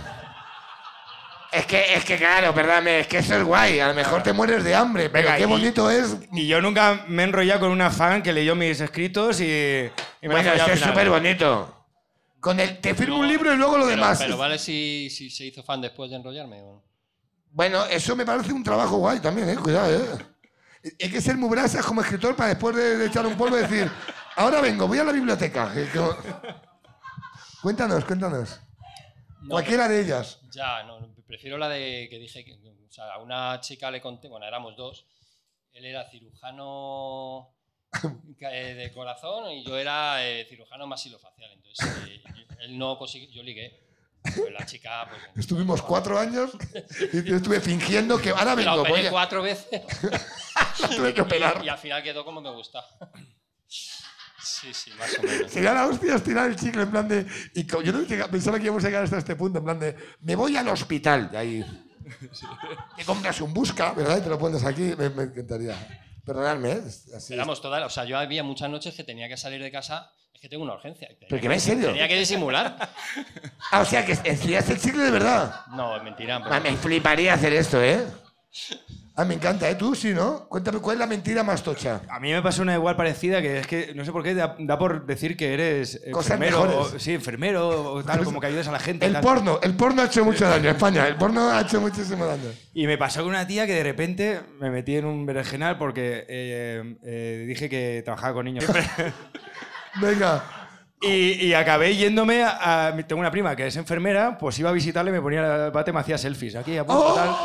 Es que, es que claro, perdóname, es que eso es guay. A lo mejor te mueres de hambre, pero
Eh, Venga,
qué
y-
bonito es.
Y yo nunca me he enrollado con una fan que leyó mis escritos y. y me ha
Bueno,
follado
eso
al
es
final.
súper bonito.
Con el te firmo un libro y luego lo
Pero-
demás.
Pero vale si, si se hizo fan después de enrollarme o no.
Bueno, eso me parece un trabajo guay también, eh. Cuidado, eh. Hay que ser muy brasas como escritor para después de, de echar un polvo y decir, ahora vengo, voy a la biblioteca. Eh, como- Cuéntanos, cuéntanos. Cualquiera de ellas.
Ya, no, no, prefiero la de que dije, que, o sea, a una chica le conté, bueno, éramos dos, él era cirujano ca- eh, de corazón y yo era eh, cirujano masilofacial, entonces eh, yo- él no consiguió, yo ligué, Pues la chica, pues...
Estuvimos cuatro años y yo estuve fingiendo que ahora
me la
vengo.
operé
voy a-
cuatro veces.
La tuve que
Y-
operar.
Y, al final quedó como me gusta. Sí, sí, más o menos.
Sería la hostia estirar el chicle en plan de. Y co- yo no llega- pensaba que íbamos a llegar hasta este punto, en plan de. Me voy al hospital. Y ahí. Te compras un busca, ¿verdad? Y te lo pones aquí. Me, me encantaría. Perdonadme, ¿eh? Es- Así es.
Éramos todas, o sea, yo había muchas noches que tenía que salir de casa, es que tengo una urgencia.
¿Pero que va en serio?
Tenía que disimular.
Ah, o sea, que estudias el chicle de verdad.
No, es mentira.
Ma, Me fliparía hacer esto, ¿eh?
Ah, me encanta, ¿eh? Tú sí, ¿no? Cuéntame, ¿cuál es la mentira más tocha?
A mí me pasó una igual parecida que es que no sé por qué da, da por decir que eres
Cosas
enfermero,
mejores. Pues
o- sí, enfermero o tal, como que ayudas a la gente.
El
tal.
porno, el porno ha hecho mucho daño en España. El porno ha hecho muchísimo daño.
Y me pasó con una tía que de repente me metí en un berenjenal porque eh, eh, dije que trabajaba con niños.
Venga.
Y, y acabé yéndome a, a- Tengo una prima que es enfermera, pues iba a visitarle, me ponía el bate, me hacía selfies. Aquí, a punto, tal.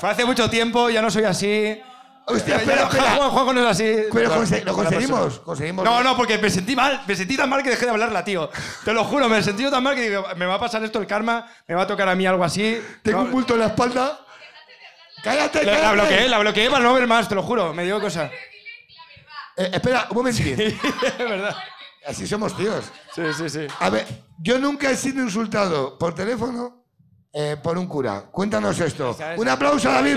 Fue hace mucho tiempo, ya no soy así.
¡Oh! Hostia,
Ya- ya
espera,
no-
espera.
Juanjo, Juanjo no es así.
Pero
Con-
conse- lo
con la
conseguimos,
persona.
conseguimos.
No, no, porque me sentí mal, me sentí tan mal que dejé de hablarla, tío. Te lo juro, me sentí tan mal que digo, me va a pasar esto el karma, me va a tocar a mí algo así.
Tengo
No,
un bulto en la espalda. ¡Cállate,
la,
cállate!
la bloqueé, la bloqueé para no ver más, te lo juro, me dio cosa.
Eh, espera, un momentito.
es verdad.
Así somos tíos.
Sí, sí, sí.
A ver, yo nunca he sido insultado por teléfono eh, por un cura. Cuéntanos esto.
¿Sabes?
Un aplauso a David.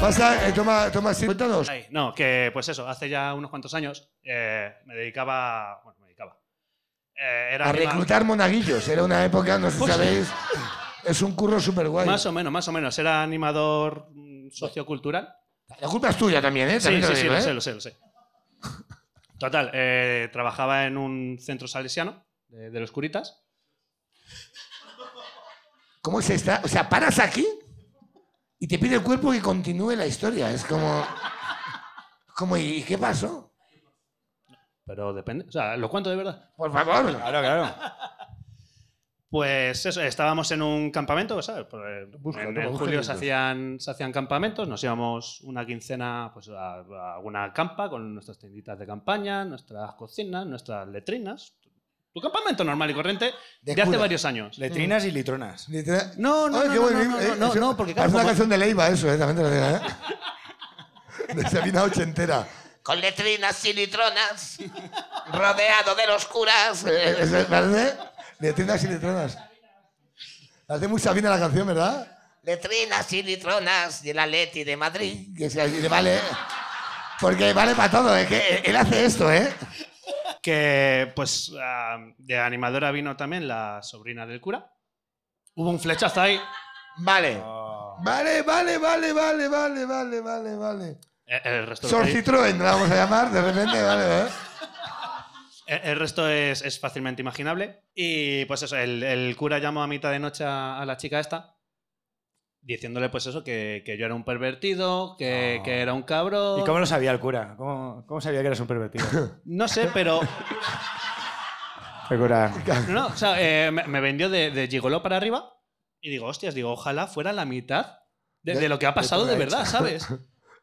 Pasa, eh, toma, toma así. Cuéntanos.
Ahí, No, que pues eso, hace ya unos cuantos años eh, me dedicaba. Bueno, me dedicaba. Eh, era
A
anima-
reclutar monaguillos. Era una época, no sé si
Pues-
sabéis. Es un curro súper guay.
Más o menos, más o menos. Era animador mm, sociocultural.
La culpa es tuya también, ¿eh?
Sí,
También te
sí,
lo
sí,
digo,
lo
¿eh?
sé, lo sé, lo sé. Total, eh, trabajaba en un centro salesiano de, de los curitas.
¿Cómo se está? O sea, paras aquí y te pide el cuerpo que continúe la historia. Es como. como ¿Y qué pasó?
Pero depende. O sea, lo cuento de verdad.
Por favor.
Claro, claro.
Pues eso, estábamos en un campamento, ¿sabes? Por, eh,
Busca,
en
toma,
el
busca
julio
libros.
se hacían, se hacían campamentos, nos íbamos una quincena pues, a, a alguna campa con nuestras tienditas de campaña, nuestras cocinas, nuestras letrinas. Tu campamento normal y corriente de, hace
cura.
varios años.
Letrinas y litronas.
No, no,
Ay,
no,
qué
no,
buen
no,
libro,
no,
eh,
no,
eso-
no, porque claro,
Parece una
como-
canción de Leiva, eso, eh, también te lo digo, ¿eh? De Sabina ochentera.
Con letrinas y litronas, rodeado de los curas.
Eh, eh, eh, ¿Parece? Letrinas y letronas. Hace muy Sabina la canción, ¿verdad?
Letrinas y litronas del Atleti de Madrid.
Que se- le vale. Porque vale para todo, es que él hace esto, ¿eh?
que pues ah, de animadora vino también la sobrina del cura. Hubo un flechazo ahí. Oh.
Vale.
Vale, vale, vale, vale, vale, vale, vale, vale.
Eh, El resto
Sor Citroën, la vamos a llamar, de repente, vale, ¿eh?
El, Eh, el resto es, es fácilmente imaginable. Y pues eso, el, el cura llamó a mitad de noche a, a la chica esta, diciéndole pues eso, que, que yo era un pervertido, que, que era un cabrón.
¿Y cómo lo sabía el cura? ¿Cómo, cómo sabía que eras un pervertido?
No sé, pero...
El cura.
No, o sea, eh, me, me vendió de, de gigoló para arriba y digo, hostias, digo, ojalá fuera la mitad de, de lo que ha pasado de verdad, ¿sabes?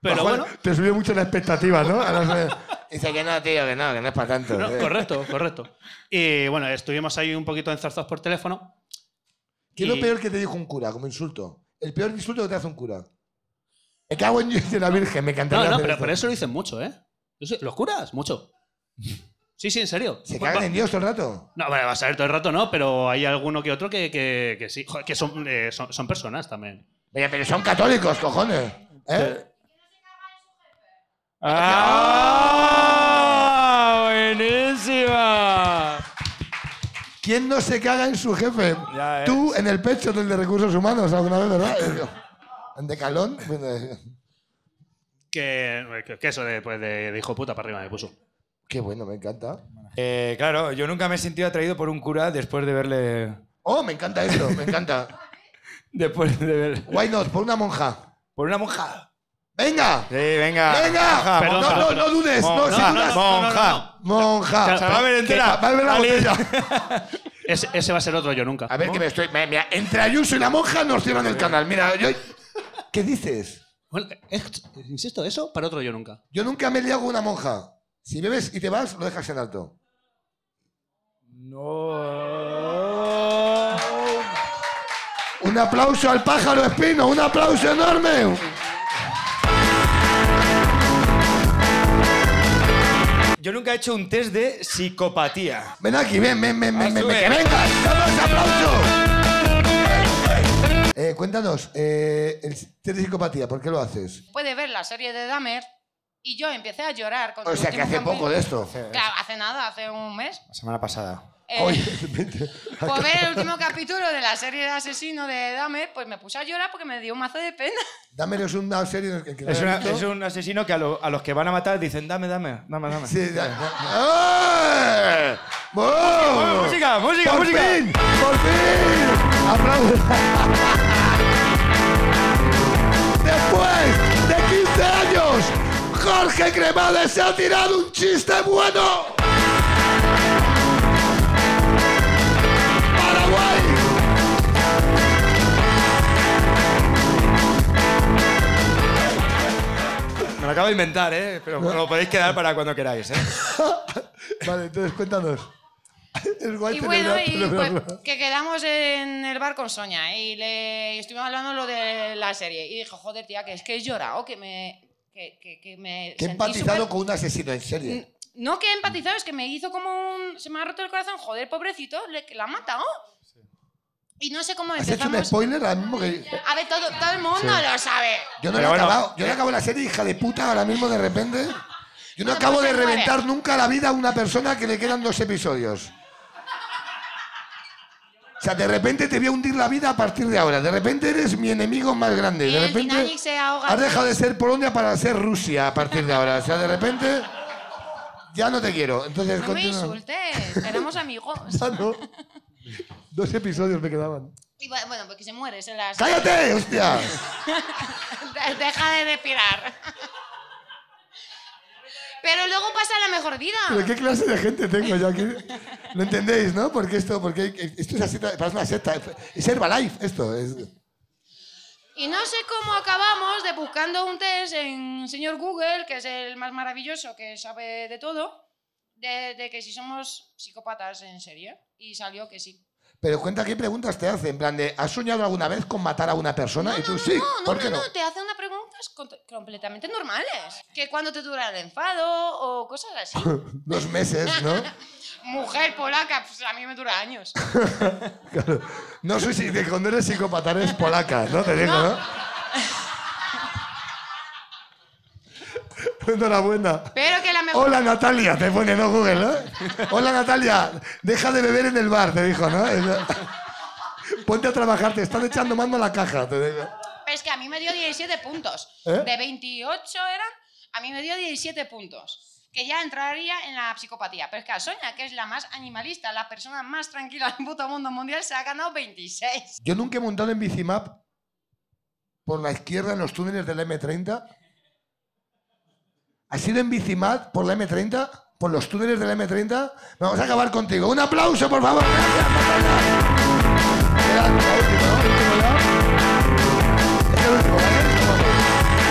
Pero
Juan,
bueno,
Te subió mucho la expectativa, ¿no? A las-
Dice que no, tío, que no, que no es para tanto.
No, correcto, correcto. Y bueno, estuvimos ahí un poquito enzarzados por teléfono.
¿Qué es lo
Y-
peor que te dijo un cura como insulto? El peor insulto que te hace un cura. Me cago en Dios de la Virgen, me encantaría.
No, no,
hacer
pero,
esto.
pero eso lo dicen mucho, ¿eh? Yo sé- Los curas, mucho. Sí, sí, en serio.
Se cagan en Dios todo el rato.
No, bueno, vas a ver todo el rato, no, pero hay alguno que otro que, que, que sí, Joder, que son, eh, son, son personas también.
Mira, pero son católicos, cojones.
¿Eh?
¡Ah! ¡Buenísima!
¿Quién no se caga en su jefe?
Ya, ¿eh?
Tú en el pecho del de recursos humanos alguna vez, ¿verdad? De calón. bueno, eh,
Que, que- que eso de, pues, de, de hijo puta para arriba me puso.
Qué bueno, me encanta.
Eh, claro, yo nunca me he sentido atraído por un cura después de verle.
Oh, me encanta eso, me encanta.
Después de ver.
Why not? Por una monja.
Por una monja.
¡Venga!
Sí, venga.
¡Venga!
Monja,
Perdón,
monja.
no, no, no dudes, no,
Monja,
si dudas-
Monja.
Monja.
Se la va a ver entera.
Va a ver la
Ali-
botella.
Ese, ese va a ser otro yo nunca.
A ver, que me estoy. me- Mira, entre Ayuso y la monja nos cierran el canal. Mira, yo.
¿Qué dices?
Bueno, es- insisto, eso para otro yo nunca.
Yo nunca me he liado con una monja. Si bebes y te vas, lo dejas en alto.
No.
Un aplauso al pájaro espino, un aplauso enorme.
Yo nunca he hecho un test de psicopatía.
Ven aquí, ven, ven, ven, ven, ven,
sube.
ven, que vengas. ¡Vamos, aplauso! Eh, cuéntanos, eh, el test de psicopatía, ¿por qué lo haces?
Puede ver la serie de Dahmer y yo empecé a llorar con
O
su
sea, que
último
hace
campe-
poco de esto.
Claro, hace nada, hace un mes.
La semana pasada.
Eh, por ver el
Dame
último capítulo de la serie de asesino de Dahmer, pues me puse a llorar porque me dio un mazo de pena.
es una serie en el que- que
Es,
no
una-
has visto.
es un asesino que a, lo- a los que van a matar dicen, dame, dame, dame, dame.
Sí, da- da- ¡Eh! ¡Oh!
Música, música,
¡Por
música.
fin! ¡Por fin! ¡Aplausos! Después de 15 años, Jorge Cremades se ha tirado un chiste bueno. Paraguay.
Me lo acabo de inventar, ¿eh? Pero os lo podéis quedar para cuando queráis, ¿eh?
Vale, entonces cuéntanos. Es guay
Y bueno,
celebrar-
y
celebrarlo.
pues, que quedamos en el bar con Sonia ¿eh? y le y estuvimos hablando lo de la serie. Y dijo, joder, tía, que es que he llorado, que me... Que, que, que me
Que he
sentí
empatizado
súper-
con un asesino en serie.
No que he empatizado, es que me hizo como un... Se me ha roto el corazón, joder, pobrecito, le, que la ha matado. Y no sé cómo
¿Has hecho un
empezamos...
spoiler ahora mismo que...
A ver, todo, todo el mundo
Sí.
lo sabe.
Yo no
Pero
lo he
bueno.
acabado. Yo no acabo la serie, hija de puta, ahora mismo de repente. Yo no acabo de
pasa nada.
reventar nunca la vida a una persona que le quedan dos episodios. O sea, de repente te voy a hundir la vida a partir de ahora. De repente eres mi enemigo más grande.
Y
De
el
repente
Titanic se ahoga.
has dejado de ser Polonia para ser Rusia a partir de ahora. O sea, de repente ya no te quiero. Entonces,
No me
continúa.
insultes, éramos amigos.
Ya Ah, no. Dos episodios me quedaban.
Y bu- bueno, porque se muere, se las...
¡Cállate, hostia!
De- Deja de respirar. Pero luego pasa la mejor vida.
Pero qué clase de gente tengo yo aquí. Lo entendéis, ¿no? Porque esto, porque hay- esto es así, parece una secta. Es Herbalife esto. Es,
Y no sé cómo acabamos de buscando un test en señor Google, que es el más maravilloso que sabe de todo, de, de que si somos psicópatas en serio. Y salió que sí.
pero cuenta qué preguntas te hacen. En plan de, ¿has soñado alguna vez con matar a una persona? y tú, sí,
No, no,
¿por qué
no,
no?
no, te hace unas preguntas cont- completamente normales. Que cuando te dura el enfado o cosas así.
Dos meses, ¿no?
Mujer polaca, pues a mí me dura años.
Claro. No soy si- de cuando eres psicópata, eres polaca, ¿no? Te digo, ¿no? Enhorabuena.
Pero que la mejor.
Hola Natalia, te pone no Google, ¿no? Hola Natalia, deja de beber en el bar, te dijo, ¿no? Eso. Ponte a trabajar, te están echando mano a la caja, te digo.
Es que a mí me dio 17 puntos.
¿Eh?
De 28 eran, a mí me dio 17 puntos. Que ya entraría en la psicopatía. Pero es que a Sonia, que es la más animalista, la persona más tranquila del puto mundo mundial, se ha ganado 26.
Yo nunca he montado en bicimap por la izquierda en los túneles de la M30. ¿Has ido en bicimap por la M30? ¿Por los túneles de la M30? Vamos a acabar contigo. Un aplauso, por favor. Gracias, Natalia. Era el último, ¿no? El último ya. Es el último, ¿vale?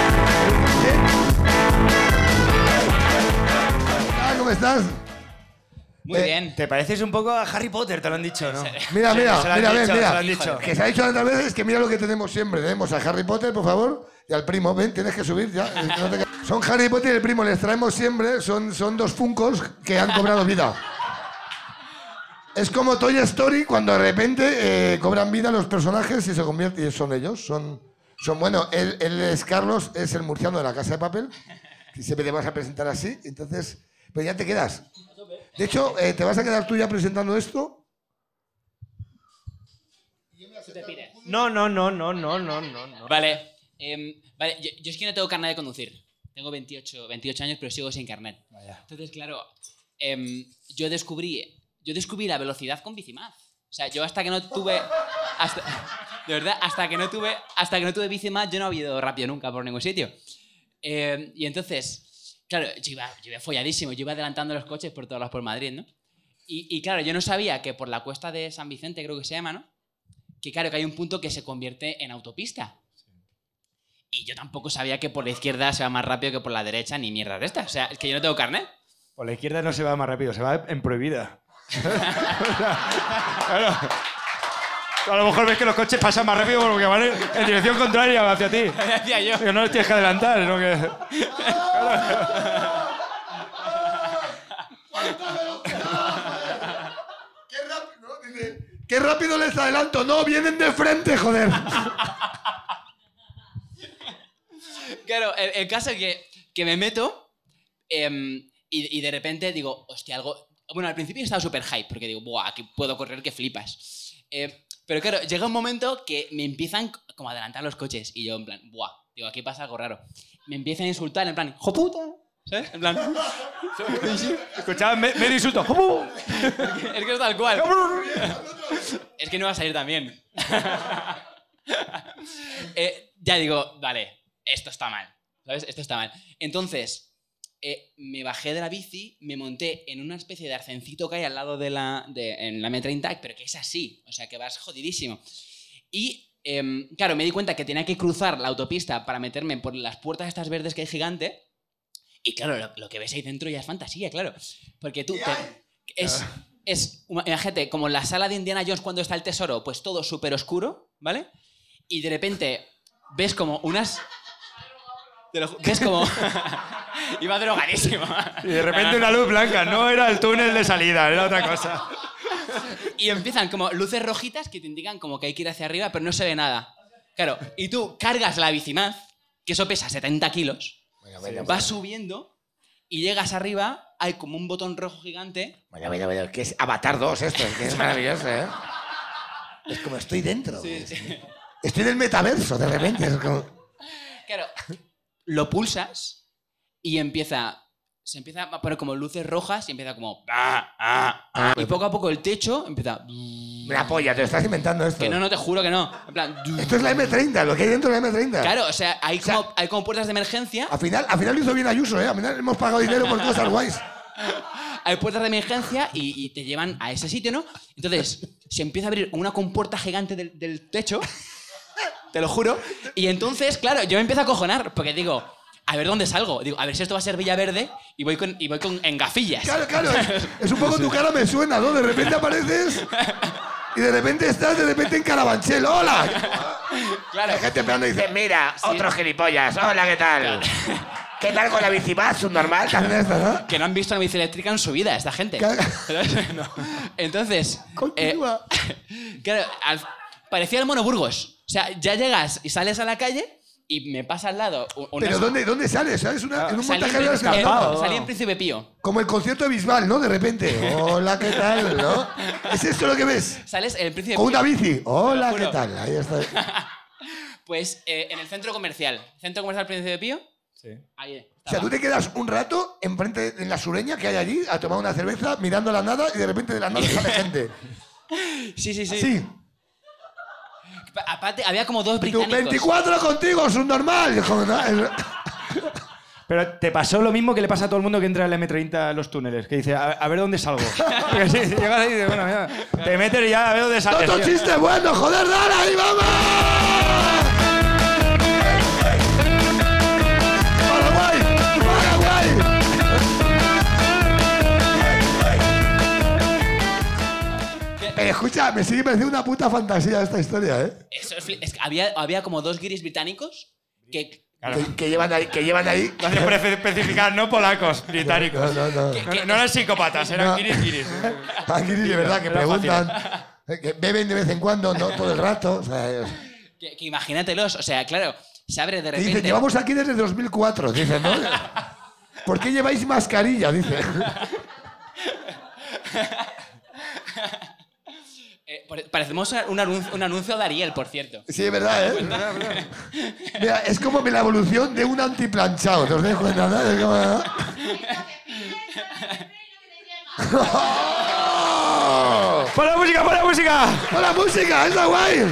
Ah, ¿Cómo estás?
Muy bien.
Te pareces un poco a Harry Potter, te lo han dicho, ¿no?
Eh, Mira,
Sí,
mira,
se lo han
mira,
dicho,
ven,
se lo
mira.
han dicho.
Que se ha dicho tantas veces que mira lo que tenemos siempre. Tenemos a Harry Potter, por favor, y al primo. Ven, tienes que subir ya. Eh, no te ca- Son Harry Potter y el primo, les traemos siempre. Son, son dos funcos que han cobrado vida. Es como Toy Story cuando de repente eh, cobran vida los personajes y se convierten. Y son ellos. Son, son bueno, él, él es Carlos, es el murciano de la casa de papel. Y siempre te vas a presentar así. Entonces, pero ya te quedas. De hecho, eh, te vas a quedar tú ya presentando esto.
No, no, no, no, no, no, no. no. Vale. em, vale, yo, yo es que no tengo carnet de conducir. Tengo 28, 28 años, pero sigo sin carnet. Entonces, claro, em, yo descubrí yo descubrí la velocidad con Bicimaz. O sea, yo hasta que no tuve... hasta- de verdad, hasta que no tuve, hasta que no tuve Bicimaz, yo no había ido rápido nunca por ningún sitio. Em, y entonces, claro, yo iba, yo iba folladísimo, yo iba adelantando los coches por todas las por Madrid, ¿no? Y, y claro, yo no sabía que por la cuesta de San Vicente, creo que se llama, ¿no? que claro, que hay un punto que se convierte en autopista. Y yo tampoco sabía que por la izquierda se va más rápido que por la derecha, ni mierda de esta. O sea, es que yo no tengo carnet.
Por la izquierda no se va más rápido, se va en prohibida. Claro. A lo mejor ves que los coches pasan más rápido porque van en en dirección contraria hacia ti.
Hacia yo.
no les tienes que adelantar, ¿no? Que...
¡Qué rápido les adelanto! ¡No, vienen de frente, joder!
Claro, el, el caso es que, que me meto em, y, y de repente digo, hostia, algo... Bueno, al principio estaba súper hype porque digo, buah, aquí puedo correr que flipas. Eh, pero claro, llega un momento que me empiezan c- como a adelantar los coches y yo en plan, buah, digo, aquí pasa algo raro. Me empiezan a insultar en plan, joputa, ¿sabes? En plan...
Escuchaba me, me insulto.
es que es tal cual. es que no va a salir también. Eh, ya digo, vale, esto está mal. ¿Sabes? Esto está mal. Entonces, eh, me bajé de la bici, me monté en una especie de arcencito que hay al lado de la, de, en la M30, pero que es así, o sea que vas jodidísimo. Y em, claro, me di cuenta que tenía que cruzar la autopista para meterme por las puertas estas verdes que hay gigante. Y claro, lo, lo que ves ahí dentro ya es fantasía, claro. Porque tú... te- es,
Ah.
es, una- imagínate, como la sala de Indiana Jones cuando está el tesoro, pues todo súper oscuro, ¿vale? Y de repente ves como unas... te lo ju- ves como... Iba drogadísimo.
Y de repente una luz blanca, no era el túnel de salida, era otra cosa.
Y empiezan como luces rojitas que te indican como que hay que ir hacia arriba, pero no se ve nada. Claro, y tú cargas la bicimaz, que eso pesa 70 kilos,
venga,
pues.
vas subiendo y llegas arriba, hay como un botón rojo gigante.
Vaya, vaya, vaya. Que es Avatar 2 esto, es que es maravilloso, ¿eh?
Es como estoy dentro.
Sí, sí.
Estoy en el metaverso, de repente. Es como...
Claro, lo pulsas y empieza. Se empieza a poner como luces rojas y empieza como. "Ah, ah, ah", y poco a poco el techo empieza.
La pues polla, te lo estás inventando esto.
Que no, no, te juro que no. En plan.
Esto es la M30, lo que hay dentro de la M30.
Claro, o sea, hay como, hay como puertas de emergencia.
Al final, al final lo hizo bien Ayuso, ¿eh? Al final hemos pagado dinero por cosas guays.
Hay puertas de emergencia y, y te llevan a ese sitio, ¿no? Entonces, se empieza a abrir una compuerta gigante del, del techo, te lo juro. Y entonces, claro, yo me empiezo a cojonar porque digo, a ver dónde salgo. Digo, a ver si esto va a ser Villaverde y voy con, y voy con en gafillas.
Claro, claro. Es, es un poco tu cara me suena, ¿no? De repente apareces y de repente estás de repente en Carabanchel. ¡Hola!
Claro.
La gente esperando y dice, mira, otro gilipollas. Hola, ¿qué tal? ¿Qué tal con la bici? ¿Vas un normal?
Que no han visto una bici eléctrica en su vida, esta gente. No. Entonces. eh, claro, al- parecía el Mono Burgos. O sea, ya llegas y sales a la calle y me pasa al lado. u- una-
Pero ¿dónde, dónde sale? ¿Sabes? Una- en un
Salí
montaje
en
de las
Príncipe-
escapadas.
Salí en Príncipe Pío.
Como el concierto de Bisbal, ¿no? De repente. Hola, ¿qué tal? ¿No? ¿Es esto lo que ves?
Sales en el Príncipe
Con una
Pío.
bici.
Te
Hola,
lo
¿qué
juro.
tal? Ahí está.
Pues eh, en el centro comercial. ¿Centro comercial Príncipe Pío?
Sí.
Ahí eh,
O sea, tú te quedas un rato enfrente de en la sureña que hay allí a tomar una cerveza, mirando la nada y de repente de la nada sale gente.
Sí, sí, sí.
Sí.
Pa- Aparte, había como dos
Tú,
británicos.
24 contigo, es un normal. Como, ¿no? Es-
Pero te pasó lo mismo que le pasa a todo el mundo que entra en la M30 a los túneles, que dice, a, a ver dónde salgo. Porque sí, llegas ahí y dices, bueno, mira, te metes y ya a ver dónde sales.
¡Otro
tío.
chiste bueno, joder, dale ahí, vamos! ¡Paraguay! ¡Paraguay! Eh, escucha, me sigue pareciendo una puta fantasía esta historia, ¿eh?
Eso es fli- es que había, había como dos guiris británicos que.
Que, llevan ahí. Que llevan ahí.
No hace pre- especificar, no polacos, británicos.
No, no, no.
No- no eran psicópatas, eran
No.
guiris guiris.
Aquí de verdad que
Era fácil.
preguntan, eh, que beben de vez en cuando, no todo el rato. O sea, eh, es-
Que, que imagínatelos, o sea, claro, se abre de
Te
repente.
Dicen, llevamos aquí desde 2004, dicen, ¿no? ¿Por qué lleváis mascarilla? Dice.
Eh, pare- parecemos un anuncio, un anuncio de Ariel, por cierto.
Sí, es verdad, ¿eh?
¿Te das cuenta?
Mira, es como la evolución de un antiplanchado, ¿te os dais cuenta? ¿no? Es como- ¡Oh!
¡Pon la música, pon la música!
¡Pon la música! ¡Es la guay!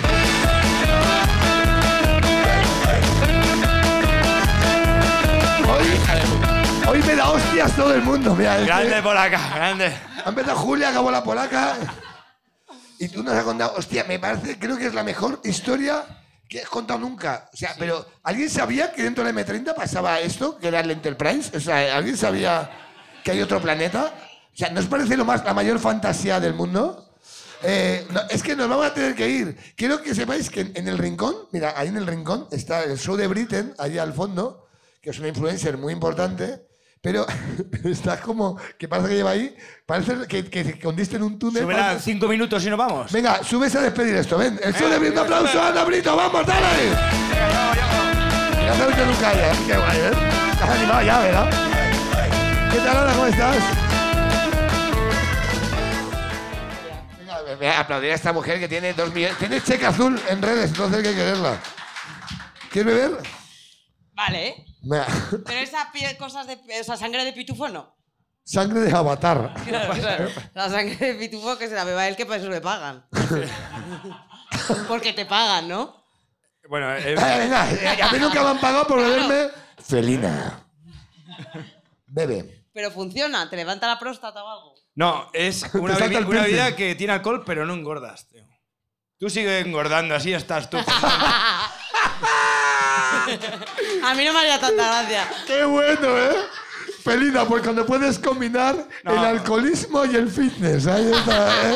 Hoy, hoy me da hostias todo el mundo, mira. eh, es
Grande
que-
polaca, grande.
Ha empezado Julia, acabó la polaca. Y tú nos has contado, hostia, me parece, creo que es la mejor historia que has contado nunca. O sea, pero ¿alguien sabía que dentro de la M30 pasaba esto, que era el Enterprise? O sea, ¿alguien sabía que hay otro planeta? O sea, ¿nos parece lo más, la mayor fantasía del mundo? Eh, no, es que nos vamos a tener que ir. Quiero que sepáis que en, en el rincón, mira, ahí en el rincón está el show de Britain, allá al fondo, que es una influencer muy importante, pero está como, ¿qué pasa que lleva ahí? Parece que, que, que condiste en un túnel.
Súbela
parece-
cinco minutos y nos vamos.
Venga, subes a despedir esto, ven. El show de Brito, aplauso, Ana Brito, vamos, dale. Venga, que nunca haya, ¿eh? qué guay, ¿eh? Estás animado ya, ¿verdad? ¿Qué tal, Ana, cómo estás? Venga, ve- ve a aplaudir a esta mujer que tiene dos millones... Tiene cheque azul en redes, entonces hay que quererla. ¿Quieres beber?
Vale. ¿eh?
Venga.
Pero esas pie- cosas de. O sea, sangre de pitufo no.
Sangre de avatar.
Claro, claro. La sangre de pitufo que se la beba él que por eso le pagan. Porque te pagan, ¿no?
Bueno, eh,
Eh, venga, eh, a mí nunca me han pagado por beberme... Felina. Bebe.
Pero funciona, te levanta la próstata o algo.
No, es una,
salta
bebi-
el
una
piercing.
bebida que tiene alcohol, pero no engordas, tío. Tú sigues engordando, así estás tú.
A mí no me haría tanta gracia.
¡Qué bueno, eh! Felina, pues cuando puedes combinar el alcoholismo y el fitness. Ahí está, ¿eh?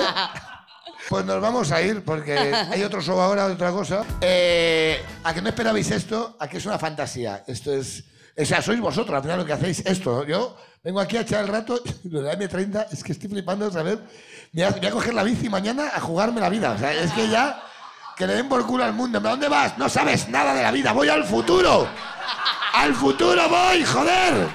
Pues nos vamos a ir porque hay otro show ahora, otra cosa. Eh, a que no esperabais esto, a que es una fantasía. Esto es. O sea, sois vosotros al final lo que hacéis esto. ¿no? Yo vengo aquí a echar el rato, lo de la M30, es que estoy flipando de saber. Me voy a- voy a coger la bici mañana a jugarme la vida. O sea, es que ya. Que le den por culo al mundo. ¿A dónde vas? No sabes nada de la vida. Voy al futuro. ¡Al futuro voy, joder!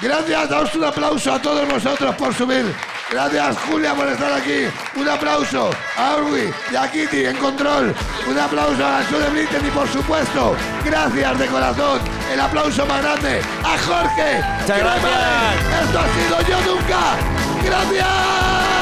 Gracias, daos un aplauso a todos vosotros por subir. Gracias, Julia, por estar aquí. Un aplauso a Orwi y a Kitty en control. Un aplauso a Sue de Britten y, por supuesto, gracias de corazón. El aplauso más grande a Jorge. Muchas gracias. Esto ha sido Yo Nunca. Gracias.